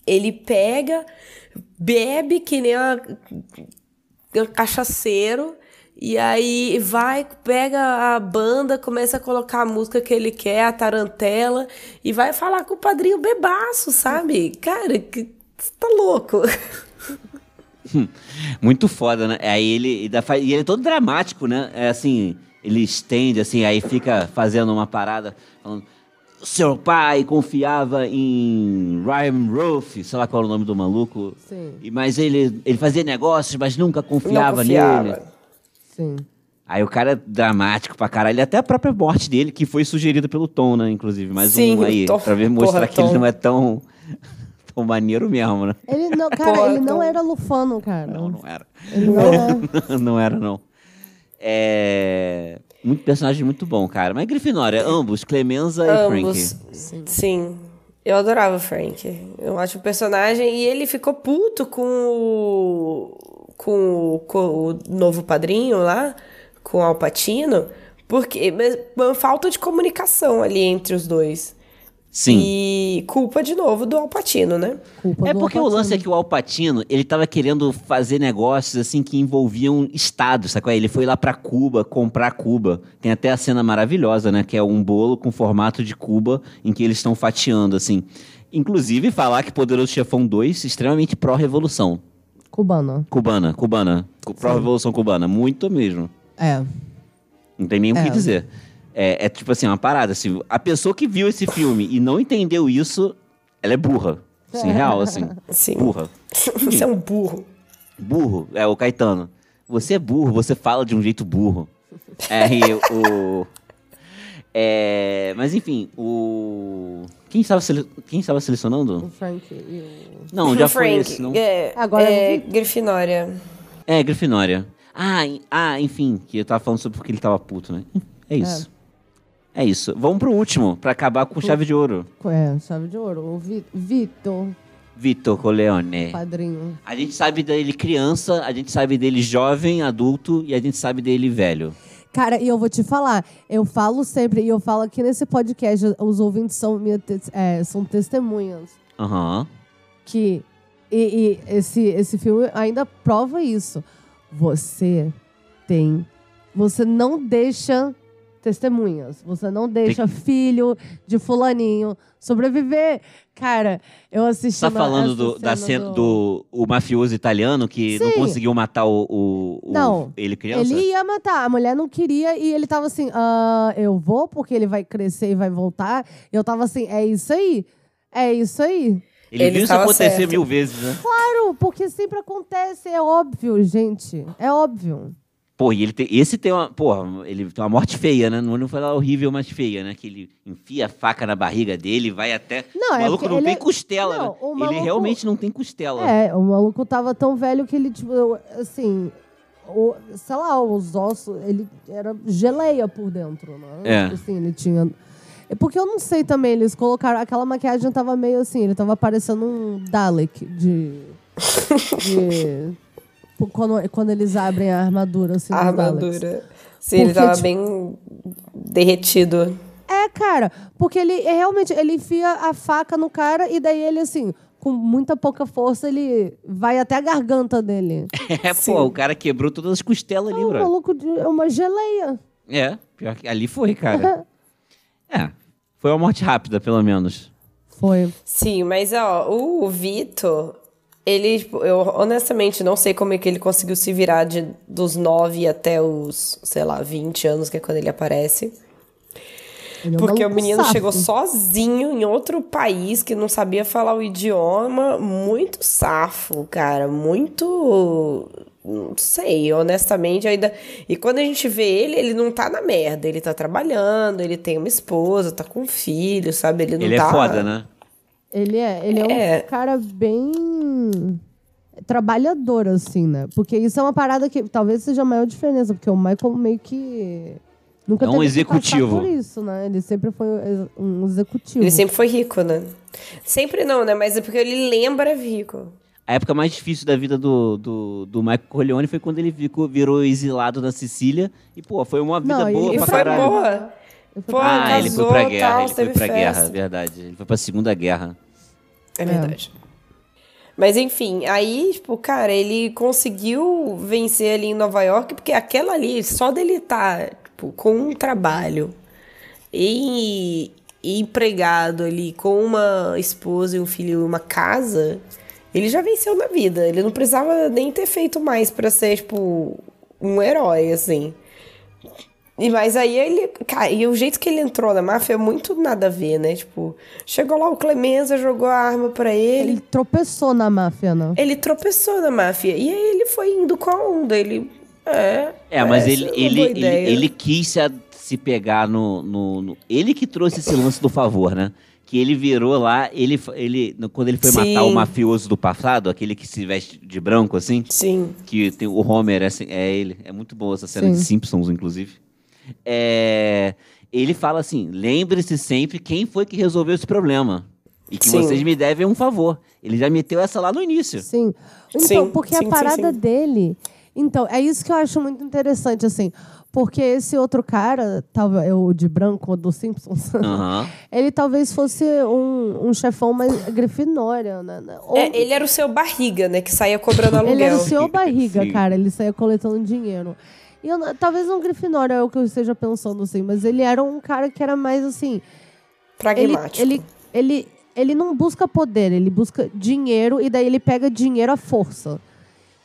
Ele pega, bebe que nem uma, um cachaceiro. E aí vai, pega a banda, começa a colocar a música que ele quer, a tarantela, e vai falar com o padrinho bebaço, sabe? Cara, que, você tá louco. Muito foda, né? Aí ele, e dá- faz- e ele é todo dramático, né? É assim, ele estende, assim, aí fica fazendo uma parada, falando. Seu pai confiava em Ryan Rolfe, sei lá qual é o nome do maluco. Sim. E, mas ele, ele fazia negócios, mas nunca confiava, nele. Sim. Aí o cara é dramático pra caralho. Até a própria morte dele, que foi sugerida pelo Tom, né? Inclusive, mais Sim, um aí. Tom. Pra ver, mostrar Porra, que ele Tom. não é tão, [laughs] tão maneiro mesmo, né? [laughs] Ele não, cara, Porra, ele não Tom. era lufano, cara. Não, não era. Ele não [laughs] é. não era, não. É. Muito personagem muito bom, cara. Mas Grifinória, ambos, Clemenza Ambos. e Frank. Sim. Eu adorava o Frank. Eu acho o personagem. E ele ficou puto com o. com o, com o novo padrinho lá, com o Alpatino, porque. Mas, uma falta de comunicação ali entre os dois. Sim. E culpa de novo do Alpatino, né? Culpa É do porque o Alpatino. lance é que o Alpatino, ele tava querendo fazer negócios assim que envolviam estados, sacou? Ele foi lá pra Cuba comprar Cuba. Tem até a cena maravilhosa, né, que é um bolo com formato de Cuba em que eles estão fatiando assim. Inclusive falar que Poderoso Chefão 2 extremamente pró revolução Cubano. cubana, cubana, pró revolução cubana, muito mesmo. É. Não tem nem o que É. dizer. É, é tipo assim, uma parada. Assim, a pessoa que viu esse filme e não entendeu isso, ela é burra. Assim, real, assim. Sim. Burra. [laughs] Você é um burro. Burro, é o Caetano. Você é burro, você fala de um jeito burro. Aí o. É, mas enfim, o. Quem estava, sele- Quem estava O selecionando? Frank e o... Não, já O foi Frank. esse. Não... É, Agora é eu Grifinória. É, Grifinória. Ah, en- ah, enfim, que eu tava falando sobre porque ele tava puto, né? É isso. É, isso. Vamos pro último, pra acabar com chave de ouro. É, chave de ouro. O Vi- Vitor, Vitor Corleone. padrinho. A gente sabe dele criança, a gente sabe dele jovem, adulto e a gente sabe dele velho. Cara, e eu vou te falar, eu falo sempre, e eu falo aqui nesse podcast, os ouvintes são, minha te- é, são testemunhas, Aham. que e, e esse, esse filme ainda prova isso. Você tem. Você não deixa testemunhas. Você não deixa filho de fulaninho sobreviver. Cara, eu assisti. Tá na- falando essa do, da cena cena do... o mafioso italiano que não Sim. conseguiu matar o, o- o- Não. ele criança? Ele ia matar, a mulher não queria e ele tava assim: ah, eu vou porque ele vai crescer e vai voltar. E eu tava assim: é isso aí, é isso aí. Ele Ele viu isso tava acontecer certo. mil vezes, né? Claro, porque sempre acontece, é óbvio, gente, é óbvio. Pô, e ele tem, esse tem uma, porra, ele tem uma morte feia, né? Não vou falar horrível, mas feia, né? Que ele enfia a faca na barriga dele, vai até. Não, o é maluco porque não ele- tem costela, Não, né? o Ele maluco- realmente não tem costela. É, o maluco tava tão velho que ele, tipo, eu- assim, o- sei lá, os ossos, ele era geleia por dentro, né? É. Tipo Assim, ele tinha. É Porque eu não sei também, eles colocaram. Aquela maquiagem tava meio assim, ele tava parecendo um Dalek de. de [laughs] pô, quando, quando eles abrem a armadura, assim, A dos Daleks. armadura. Sim, ele Porque, tava tipo- bem derretido. É, cara, porque ele é, realmente ele enfia a faca no cara e daí ele, assim, com muita pouca força, ele vai até a garganta dele. [laughs] É, Sim. pô, o cara quebrou todas as costelas ali, É um bro. maluco de é uma geleia. É, pior que ali [laughs] foi, cara. é, foi uma morte rápida, pelo menos. Foi. Sim, mas ó, o Vitor, ele, tipo, eu honestamente não sei como é que ele conseguiu se virar de, dos 9 até os, sei lá, 20 anos, que é quando ele aparece. Ele é um Porque o maluco menino safo. chegou sozinho em outro país que não sabia falar o idioma. Muito safo, cara. Muito não sei, honestamente, ainda. E quando a gente vê ele, ele não tá na merda. Ele tá trabalhando, ele tem uma esposa, tá com um filho, sabe? Ele não Ele é tá. foda, né? Ele é, ele é, É. um cara bem trabalhador, assim, né? Porque isso é uma parada que talvez seja a maior diferença, porque o Michael meio que. Nunca É um teve que executivo. passar por isso, né? Ele sempre foi um executivo. Uhum. Ele sempre foi rico, né? Sempre não, né? Mas é porque ele lembra rico. A época mais difícil da vida do, do, do Michael Corleone foi quando ele ficou, virou exilado na Sicília. E, pô, foi uma vida Não, e- boa e pra foi caralho. boa. Ele foi Pô, ah, casou, ele foi pra guerra, tal, ele foi teve pra festa. guerra, verdade. Ele foi pra Segunda Guerra. É verdade. Mas enfim, aí, tipo, cara, ele conseguiu vencer ali em Nova York, porque aquela ali, só dele tá, tipo, com um trabalho e, e empregado ali, com uma esposa e um filho e uma casa, ele já venceu na vida. Ele não precisava nem ter feito mais pra ser, tipo, um herói, assim. E mas aí ele, cara, e o jeito que ele entrou na máfia é muito nada a ver, né? Tipo, chegou lá o Clemenza, jogou a arma pra ele, Ele tropeçou na máfia, né? ele tropeçou na máfia. E aí ele foi indo com a onda. Ele. É. É, mas essa ele, é uma ele, boa ele, ideia. ele quis se, a- se pegar no, no, no- Ele que trouxe esse lance do favor, né? Que ele virou lá, ele, fa- ele no- quando ele foi matar o Sim. mafioso do passado, aquele que se veste de branco, assim, Sim. que tem o Homer, é, assim, é ele. É muito boa essa cena Sim. de Simpsons, inclusive. É, ele fala assim: lembre-se sempre quem foi que resolveu esse problema. E que Sim. vocês me devem um favor. Ele já meteu essa lá no início. Sim. Então, É. Sim, porque sim, a sim, parada sim. dele. Então, é isso que eu acho muito interessante, assim. Porque esse outro cara, talvez é o de branco do Simpsons, [laughs] Aham. ele talvez fosse um, um chefão mais grifinória, né? Ou- É, ele era o seu barriga, né? Que saía [laughs] cobrando aluguel. Ele era o seu barriga, Sim. cara. Ele saía coletando dinheiro. E eu não- talvez não Grifinória é o que eu esteja pensando, assim, mas ele era um cara que era mais assim. Ele, Pragmático. ele, ele, ele não busca poder, ele busca dinheiro e daí ele pega dinheiro à força.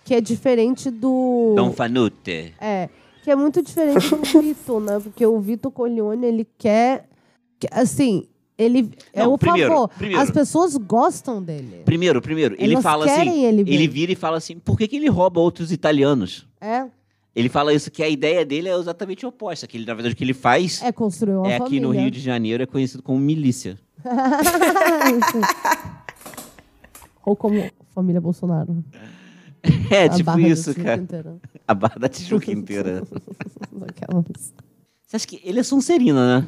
Que é diferente do. Don Fanute. É, que é muito diferente [laughs] do Vito, né? Porque o Vito Corleone, ele quer. que- Assim, ele. é Não, o primeiro, favor. primeiro. As pessoas gostam dele. Primeiro, primeiro, ele Elas fala assim. querem ele bem. vira e fala assim: por que, que ele rouba outros italianos? É, Ele fala isso, que a ideia dele é exatamente oposta. Que ele, na verdade, o que ele faz é construir uma é aqui família. no Rio de Janeiro, é conhecido como milícia. [laughs] Ou como família Bolsonaro. É, A tipo barra do isso, Tijuca cara. inteira. A barra da Tijuca inteira. [laughs] Daquelas. Você acha que ele é Sonserina, né?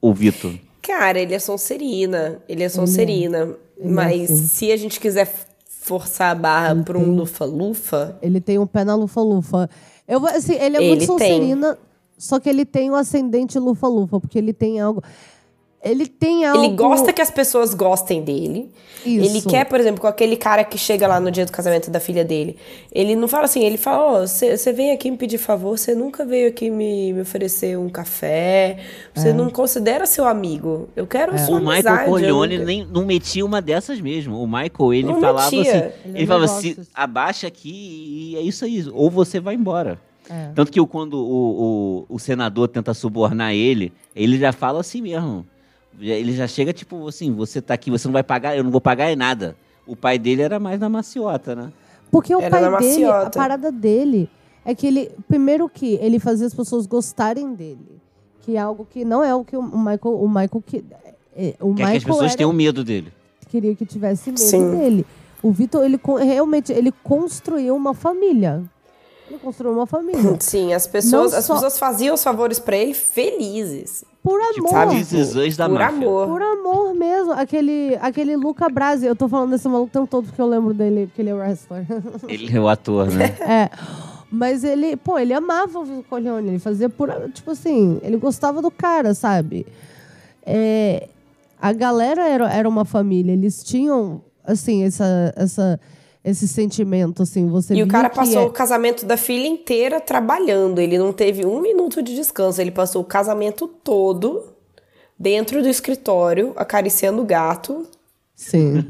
O Vitor. Cara, ele é Sonserina. Ele é Sonserina. Ele é mas assim. Uhum. se a gente quiser f- forçar a barra pra um lufa-lufa. Ele tem um pé na lufa-lufa. Eu vou- assim, ele é Ele muito tem. Sonserina, só que ele tem o ascendente lufa-lufa, porque ele tem algo. Ele tem É algo. Ele gosta que as pessoas gostem dele. Isso. Ele quer, por exemplo, com aquele cara que chega lá no dia do casamento da filha dele. Ele não fala assim, ele fala: Ó, você veio aqui me pedir favor, você nunca veio aqui me, me oferecer um café, você É. não considera seu amigo. Eu quero sua O Michael É. amizade, eu Corleone nunca-" nem, não metia uma dessas mesmo. O Michael, ele Não falava metia. assim: Ele ele, é falava negócios. assim, abaixa aqui e é isso aí, ou você vai embora. É. Tanto que o- quando o, o, o senador tenta subornar ele, ele já fala assim mesmo. Já- Ele já chega tipo assim: você tá aqui, você não vai pagar, eu não vou pagar é nada. O pai dele era mais na maciota, né? Porque o Era pai da dele, a maciota. parada dele é que ele. Primeiro que ele fazia as pessoas gostarem dele. Que é algo que não é o que o Michael. O Michael que. é, O Quer que as Michael pessoas era- tenham medo dele. queria que tivesse medo Sim. dele. O Vitor, ele con- realmente, ele construiu uma família. Ele construiu uma família. Sim, as pessoas, Não as só- pessoas faziam os favores pra ele felizes. Por Tipo, amor. Sabe? Jesus anjos da por máfia. amor. Por amor mesmo. Aquele, aquele Luca Brasi. Eu tô falando desse maluco tão todo porque eu lembro dele, porque ele é wrestler. Ele é o ator, [laughs] né? é. Mas ele, pô, ele amava o Vito Corleone. Ele fazia por. Tipo assim, ele gostava do cara, sabe? É, a galera era, era uma família. Eles tinham, assim, essa. essa esse sentimento, assim, você E o via cara que passou é- o casamento da filha inteira trabalhando. Ele não teve um minuto de descanso. Ele passou o casamento todo dentro do escritório, acariciando o [laughs] gato Sim.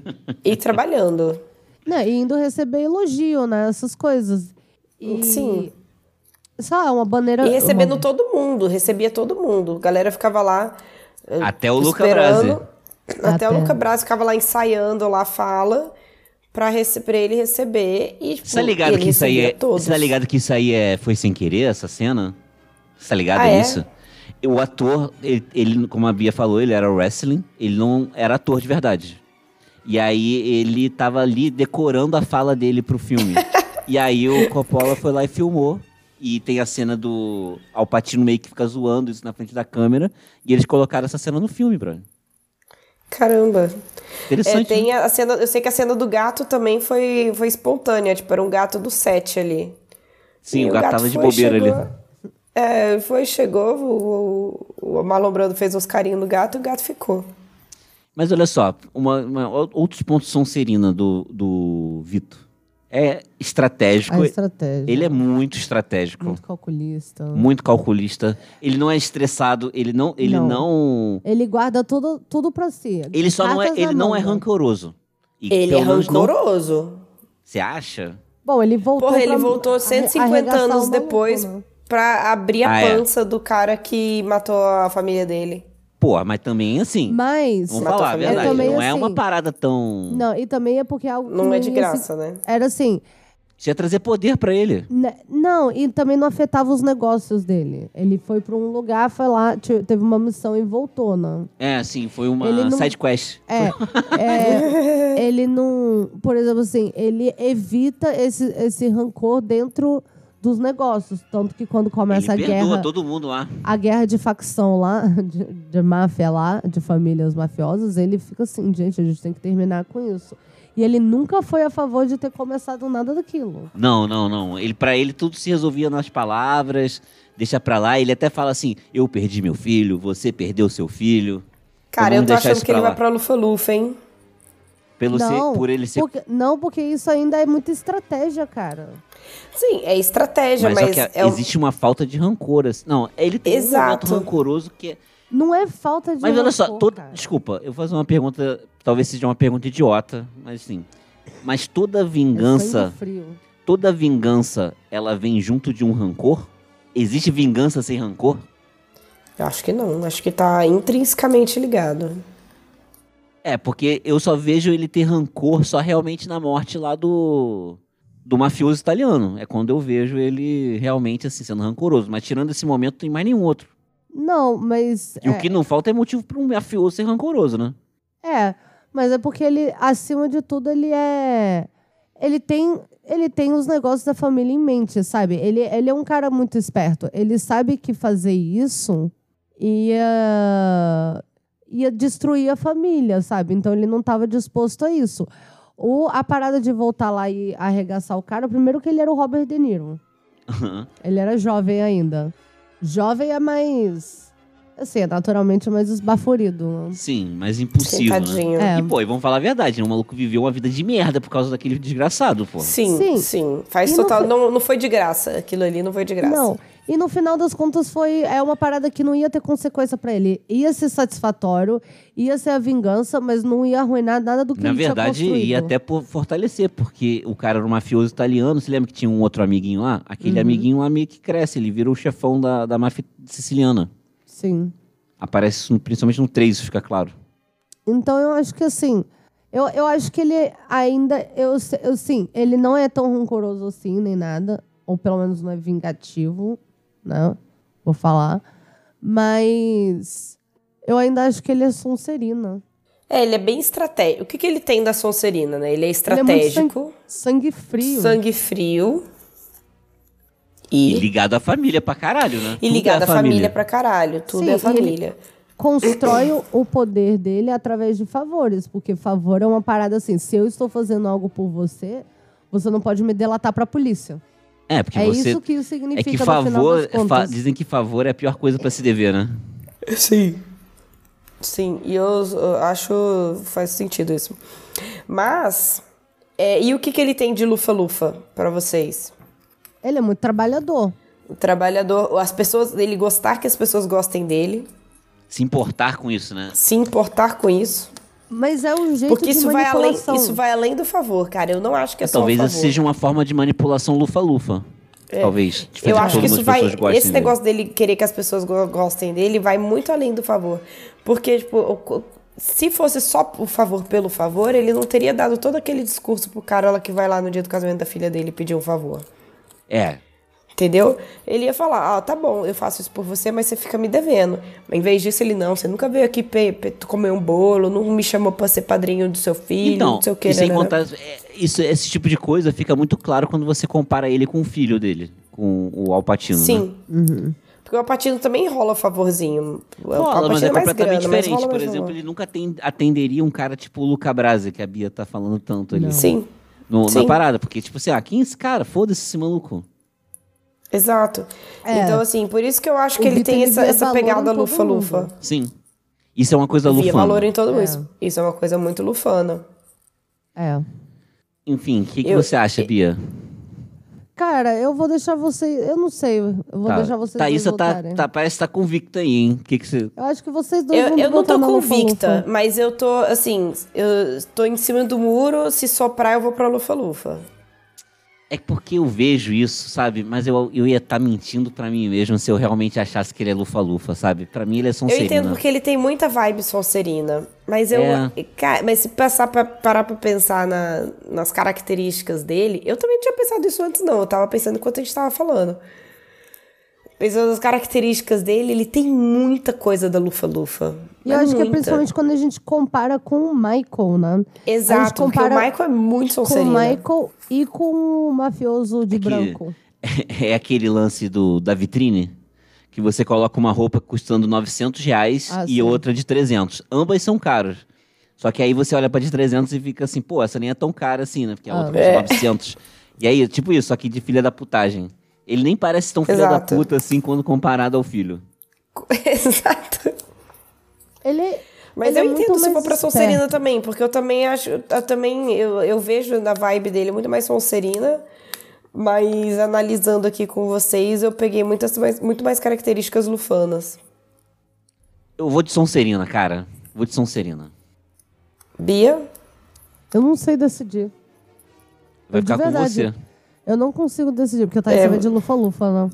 e trabalhando. Não, e indo receber elogio, né? Essas coisas. E, Sim. Sei lá, uma bandeira. E recebendo uma- todo mundo, recebia todo mundo. A galera ficava lá. eh, Até o Luca esperando. Brasi. Até, Até. o Luca Brasi ficava lá ensaiando lá a fala pra, rece- pra ele receber e tipo, Você tá ligado ele que isso aí recebia é. todos. Você tá ligado que isso aí é, foi sem querer, essa cena? Você tá ligado Ah, é? nisso? E O ator, ele, ele, como a Bia falou, ele era wrestling, ele não era ator de verdade. E aí ele tava ali decorando a fala dele [laughs] pro filme. e aí o Coppola foi lá e filmou. E tem a cena do Alpatino meio que fica zoando isso na frente da câmera. E eles colocaram essa cena no filme, brother. Caramba. É, Interessante. né? tem a a cena, eu sei que a cena do gato também foi, foi espontânea, tipo, era um gato do set ali. Sim, E o gato, tava de foi, bobeira chegou- ali. É, ele foi, chegou, o, o, o Marlon Brando fez uns carinhos no gato e o gato ficou. Mas olha só, uma- uma- ou- outros pontos Sonserina do, do Vitor. É estratégico. A estratégia. Ele é muito estratégico, Ah, muito calculista. muito calculista. Ele não é estressado, ele não. Ele não. Não. Ele guarda tudo, tudo pra si. ele só não é. Cartas na né? Ele não é manga. rancoroso. E Ele é pelo menos não- rancoroso. Você acha? Bom, ele voltou. Porra, ele pra voltou arre- 150 arregaçar o anos maluco, depois né? pra abrir a Ah, é. pança do cara que matou a família dele. Pô, mas também assim. Mas. vamos Matou a falar a família verdade. dele. Não é Também uma assim. parada tão. Não, e também é porque é algo. que Não é de ia se- graça, né? Era assim. Você ia trazer poder pra ele. né, Não, e também não afetava os negócios dele. Ele foi pra um lugar, foi lá, te- teve uma missão e voltou, né? É, assim, foi uma Ele não- side quest. É, é, ele não. Por exemplo, assim, ele evita esse, esse rancor dentro dos negócios. Tanto que quando começa ele a perdoa guerra. todo mundo lá. a guerra de facção lá, [laughs] de, de máfia lá, de famílias mafiosas, ele fica assim, gente, a gente tem que terminar com isso. E ele nunca foi a favor de ter começado nada daquilo. Não, não, não. Ele para ele tudo se resolvia nas palavras. Deixa pra lá. Ele até fala assim: "Eu perdi meu filho, você perdeu seu filho". Cara, eu vamos tô deixar achando isso que ele pra vai lá. pra Lufa Lufa, hein? Pelo ser- não, por ele ser porque, não, porque isso ainda é muita estratégia, cara. Sim, é estratégia, mas, mas, só que é um- existe uma falta de rancor. assim. Não, ele tem Exato. um momento rancoroso que é... Não é falta de Mas olha só, rancor, todo- cara. desculpa, eu vou fazer uma pergunta, talvez seja uma pergunta idiota, mas sim. Mas toda É vingança, sangue frio. toda vingança, ela vem junto de um rancor? Existe vingança sem rancor? eu acho que não, acho que tá intrinsecamente ligado. É, porque eu só vejo ele ter rancor só realmente na morte lá do. Do mafioso italiano. É quando eu vejo ele realmente, assim, sendo rancoroso. Mas tirando esse momento, não tem mais nenhum outro. Não, mas. E é, o que não falta é motivo pra um mafioso ser rancoroso, né? É, mas é porque ele, acima de tudo, ele é. Ele tem, ele tem os negócios da família em mente, sabe? Ele, ele é um cara muito esperto. Ele sabe que fazer isso ia, ia destruir a família, sabe? Então ele não estava disposto a isso. O, a parada de voltar lá e arregaçar o cara, primeiro que ele era o Robert De Niro. Ele era jovem ainda. Jovem é mais. Assim, é naturalmente mais esbaforido. né? Sim, mas impulsivo, né? Sentadinho. É. E, pô, e vamos falar a verdade, né? O maluco viveu uma vida de merda por causa daquele desgraçado, pô. Sim, sim, Sim. Faz E não total. foi- Não não, foi de graça. Aquilo ali não foi de graça. Não. E no final das contas foi é uma parada que não ia ter consequência pra ele. Ia ser satisfatório, ia ser a vingança, mas não ia arruinar nada do que Na ele verdade, tinha construído. ia até por- fortalecer, porque o cara era um mafioso italiano. Você lembra que tinha um outro amiguinho lá? Aquele Uhum. amiguinho lá meio que cresce, ele vira o chefão da, da máfia siciliana. Sim. Aparece isso no- principalmente no 3, isso fica claro. Então eu acho que assim, eu, eu acho que ele ainda eu, se- eu sim, ele não é tão rancoroso assim nem nada, ou pelo menos não é vingativo, né? Vou falar, mas eu ainda acho que ele é Sonserina. É, ele é bem estratégico. O que, que ele tem da Sonserina, né? Ele é Ele é muito estratégico, sangue, sangue frio. sangue frio E e, ligado à família pra caralho, né? e Tudo ligado é à família pra caralho. Tudo Sim, é e ele- família. constrói o- o poder dele através de favores, porque favor é uma parada assim, se eu estou fazendo algo por você, você não pode me delatar pra polícia. É, porque é você... isso que isso É significa que no final favor... das contas. fa- Dizem que favor é a pior coisa pra se dever, né? Sim. Sim, e eu, eu acho faz sentido isso. Mas, é, e o que, que ele tem de lufa-lufa pra vocês? Ele é muito trabalhador. O trabalhador, as pessoas, ele gostar que as pessoas gostem dele, Se importar com isso, né? se importar com isso, Mas é um jeito porque de isso vai além, manipulação. isso vai além do favor, cara. Eu não acho que é, só um Talvez favor. É. isso seja uma forma de manipulação lufa-lufa. Talvez. De fazer Eu com acho todo que mundo isso as vai. pessoas gostem Esse dele. negócio dele querer que as pessoas go- gostem dele vai muito além do favor. Porque, tipo, o- o- se fosse só o favor pelo favor, ele não teria dado todo aquele discurso pro Carola que vai lá no dia do casamento da filha dele pedir um favor. É. Entendeu? Ele ia falar, ah, tá bom, eu faço isso por você, mas você fica me devendo. Mas em vez disso, ele não, você nunca veio aqui pe- pe- comer um bolo, não me chamou pra ser padrinho do seu filho, Então, não sei o que. e sem né, né, né. contar, é, isso, esse tipo de coisa fica muito claro quando você compara ele com o filho dele, com o né? Alpatino. Sim. Uhum. Porque o Alpatino também rola favorzinho. O Rola, mas Alpatino é mais completamente grana, mas diferente. rola Por mais exemplo, favor. ele nunca aten- atenderia um cara tipo o Luca Brasi, que a Bia tá falando tanto ali. Sim. No- na Sim. parada, porque, tipo assim, ah, quem é esse cara? Foda-se esse maluco. Exato. É. Então, assim, por isso que eu acho O que ele Vitor, tem ele essa, via essa valor em pegada todo lufa-lufa. mundo. Sim. Isso é uma coisa Via valor lufana. em todo mundo. É. Isso, isso é uma coisa muito lufana. É. Enfim, o que, que Eu- você acha, Bia? Cara, eu vou deixar vocês. Eu não sei. Eu vou tá. deixar vocês. dois Thaís, tá, votarem. tá, parece que tá convicta aí, hein? O que, que você. Eu acho que vocês dois Eu, vão eu não botar tô na lufa-lufa. convicta, mas eu tô, assim, eu tô em cima do muro, se soprar eu vou pra lufa-lufa. É porque eu vejo isso, sabe? Mas eu, eu ia estar mentindo pra mim mesmo se eu realmente achasse que ele é lufa-lufa, sabe? Pra mim ele é Eu Sonserina. entendo porque ele tem muita vibe Sonserina, mas eu, É. ca- mas se passar pra, parar pra pensar na- nas características dele, eu também não tinha pensado isso antes não, eu tava pensando enquanto a gente tava falando. Pensando nas características dele, ele tem muita coisa da Lufa Lufa. E eu acho que é principalmente quando a gente compara com o Michael, né? a gente Exato, porque o compara Michael é muito Com o Sonserina. Michael e com o mafioso de É que- branco. É aquele lance do, da vitrine que você coloca uma roupa custando 900 reais Ah, e sim. outra de 300. Ambas são caras. Só que aí você olha pra de 300 e fica assim, pô, essa nem é tão cara assim, né? Porque a Ah. outra custa 900. E aí, tipo isso, só que de filha da putagem. Ele nem parece tão filha Exato. da puta assim quando comparado ao filho. [laughs] Exato. Ele. Mas ele é eu muito entendo se mais for pra esperto. Sonserina também, porque eu também acho. Eu também eu, eu vejo na vibe dele muito mais Sonserina. Mas analisando aqui com vocês, eu peguei muitas mais, muito mais características lufanas. Eu vou de Sonserina, cara. Vou de Sonserina. Bia? Eu não sei decidir. Vai De ficar com verdade. você. Eu não consigo decidir, porque o Thaís É. é de lufa-lufa, né?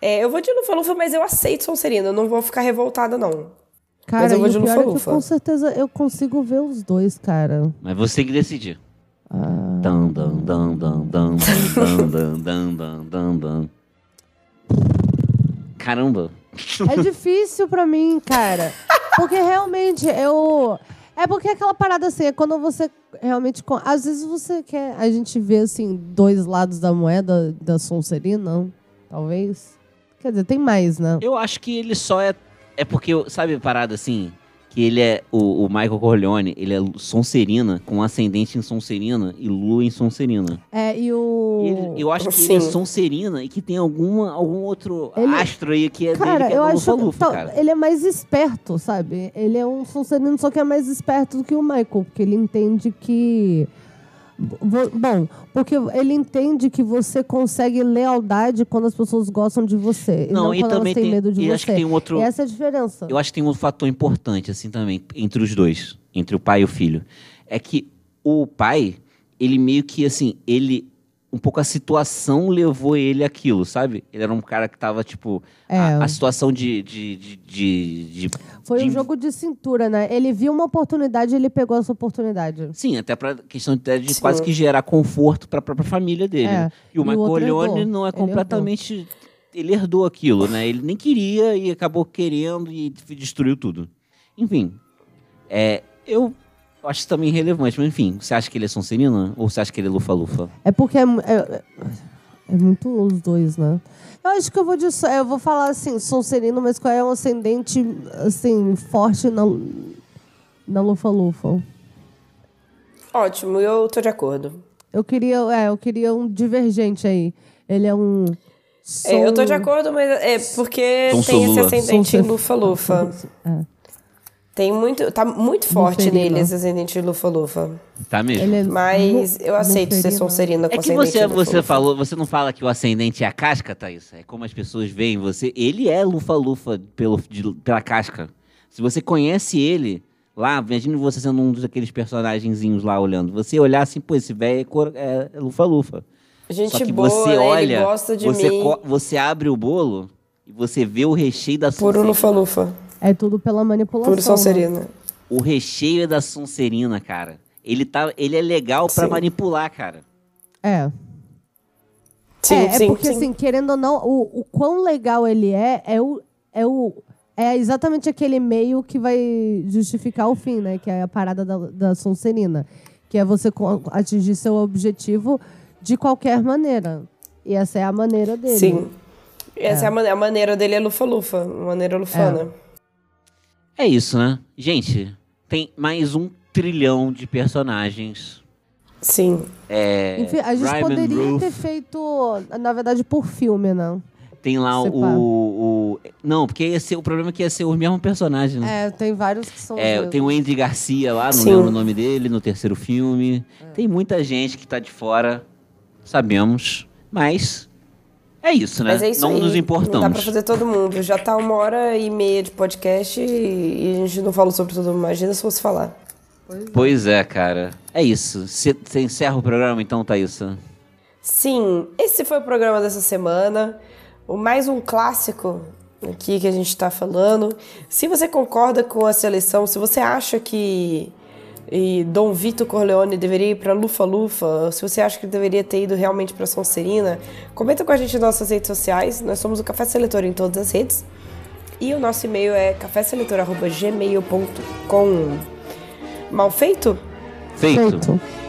É, eu vou de lufa-lufa, mas eu aceito Sonserina. Eu não vou ficar revoltada, não. Cara, eu vou e de o pior é que lufa-lufa. com certeza eu consigo ver os dois, cara. Mas você tem que decidir. Ah. Dun, dun, dun, dun, dun, dun, [laughs] dun, dun, dun, dun, dun. Caramba. [laughs] É difícil pra mim, cara. Porque realmente eu. É porque é aquela parada assim, é quando você realmente. con- Às vezes você quer. A gente vê, assim, dois lados da moeda da Sonserina, talvez. Quer dizer, tem mais, né? Eu acho que ele só é. É porque, eu- sabe, a parada assim? Que ele é. O, o Michael Corleone, ele é Sonserina, com ascendente em Sonserina e Lua em Sonserina. É, e o. Ele- eu acho que ele é Sim. Sonserina e que tem alguma, algum outro Ele- astro aí que é dele Cara, que é eu do acho que Lufa-Lufa, tal- cara. ele é mais esperto, sabe? Ele é um Sonserino só que é mais esperto do que o Michael, porque ele entende que Bo- bom, porque ele entende que você consegue lealdade quando as pessoas gostam de você, e não, Não, e quando também elas têm tem. medo de e você. acho que tem um outro. E essa é a diferença. Eu acho que tem um fator importante, assim, também, entre os dois, entre o pai e o filho. É que o pai, ele meio que, assim, ele. Um pouco a situação levou ele àquilo, sabe? Ele era um cara que tava, tipo. É. A, a situação de. de, de, de- de- Foi de- um jogo de cintura, né? Ele viu uma oportunidade, ele pegou essa oportunidade. Sim, até pra questão de, de Sim. quase que gerar conforto pra própria família dele. É. né? E o E o Michael outro Corleone herdou. não é Ele herdou. completamente. Ele herdou aquilo, né? Ele nem queria e acabou querendo e destruiu tudo. Enfim, é, eu acho também relevante, mas enfim, você acha que ele é Sonserina ou você acha que ele é Lufa-Lufa? É porque é, mu- é- é muito os dois, né? Eu acho que eu vou disso. Eu vou falar assim, Sonserino, mas qual é um ascendente, assim, forte na, na Lufa-Lufa. Ótimo, eu tô de acordo. Eu queria, é, eu queria um divergente aí. Ele é um. É, eu tô de Son- acordo, mas é porque Sonso tem esse Lula. ascendente Sonso- lufa-lufa. É. Tem muito. Tá muito forte Luferina. nele esse ascendente lufa-lufa. Tá mesmo? Ele é Mas lu- eu aceito ser luferino. Sonserina Tá com É que ascendente né? você, lufa-lufa. você falou, você não fala que o ascendente é a casca, Thaís? É como as pessoas veem você. Ele é lufa-lufa pelo- de- pela casca. Se você conhece ele lá, imagine você sendo um dos aqueles personagenzinhos lá olhando. Você olhar assim, pô, esse velho é cor- é é lufa-lufa. Gente Só que boa, você né? olha, ele gosta de você, mim. co- você abre o bolo e você vê o recheio da Puro Sonserina. um lufa-lufa. É tudo pela manipulação. Puro né? Sonserina. O recheio é da Sonserina, cara. Ele, tá, ele é legal pra Sim. manipular, cara. É. é, é porque, assim, querendo ou não, o, o quão legal ele é, é o. É o é exatamente aquele meio que vai justificar o fim, né? Que é a parada da, da Sonserina. Que é você co- atingir seu objetivo de qualquer maneira. E essa é a maneira dele. Sim. assim, Essa é, a, mane- a maneira dele é lufa-lufa. a Maneira lufana. É isso, né? Gente, tem mais um trilhão de personagens. Sim. É, Enfim, a gente Rhyme and poderia Roof, Hum. ter feito, na verdade, por filme, né? não. Tem lá o, Separ. o- Não, porque ia ser, o problema é que ia ser o mesmo personagem, né? É, tem vários que são. os É, mesmos. tem o Andy Garcia lá, não Sim. lembro o nome dele, no terceiro filme. É. Tem muita gente que tá de fora, sabemos. Mas é isso, né? Mas é isso não aí. nos Não importamos. dá pra fazer todo mundo. Já tá uma hora e meia de podcast e, e a gente não falou sobre todo mundo. Imagina se fosse falar. Pois é, cara. É isso. Você encerra o programa então, Thaísa? Sim, esse foi o programa dessa semana. O mais um clássico aqui que a gente está falando. Se você concorda com a seleção, se você acha que e, Dom Vito Corleone deveria ir para Lufa Lufa, se você acha que deveria ter ido realmente para Sonserina, comenta com a gente nas nossas redes sociais. Nós somos o Café Seletor em todas as redes. E o nosso e-mail é caféseletor.gmail.com. Mal feito? Feito. Feito.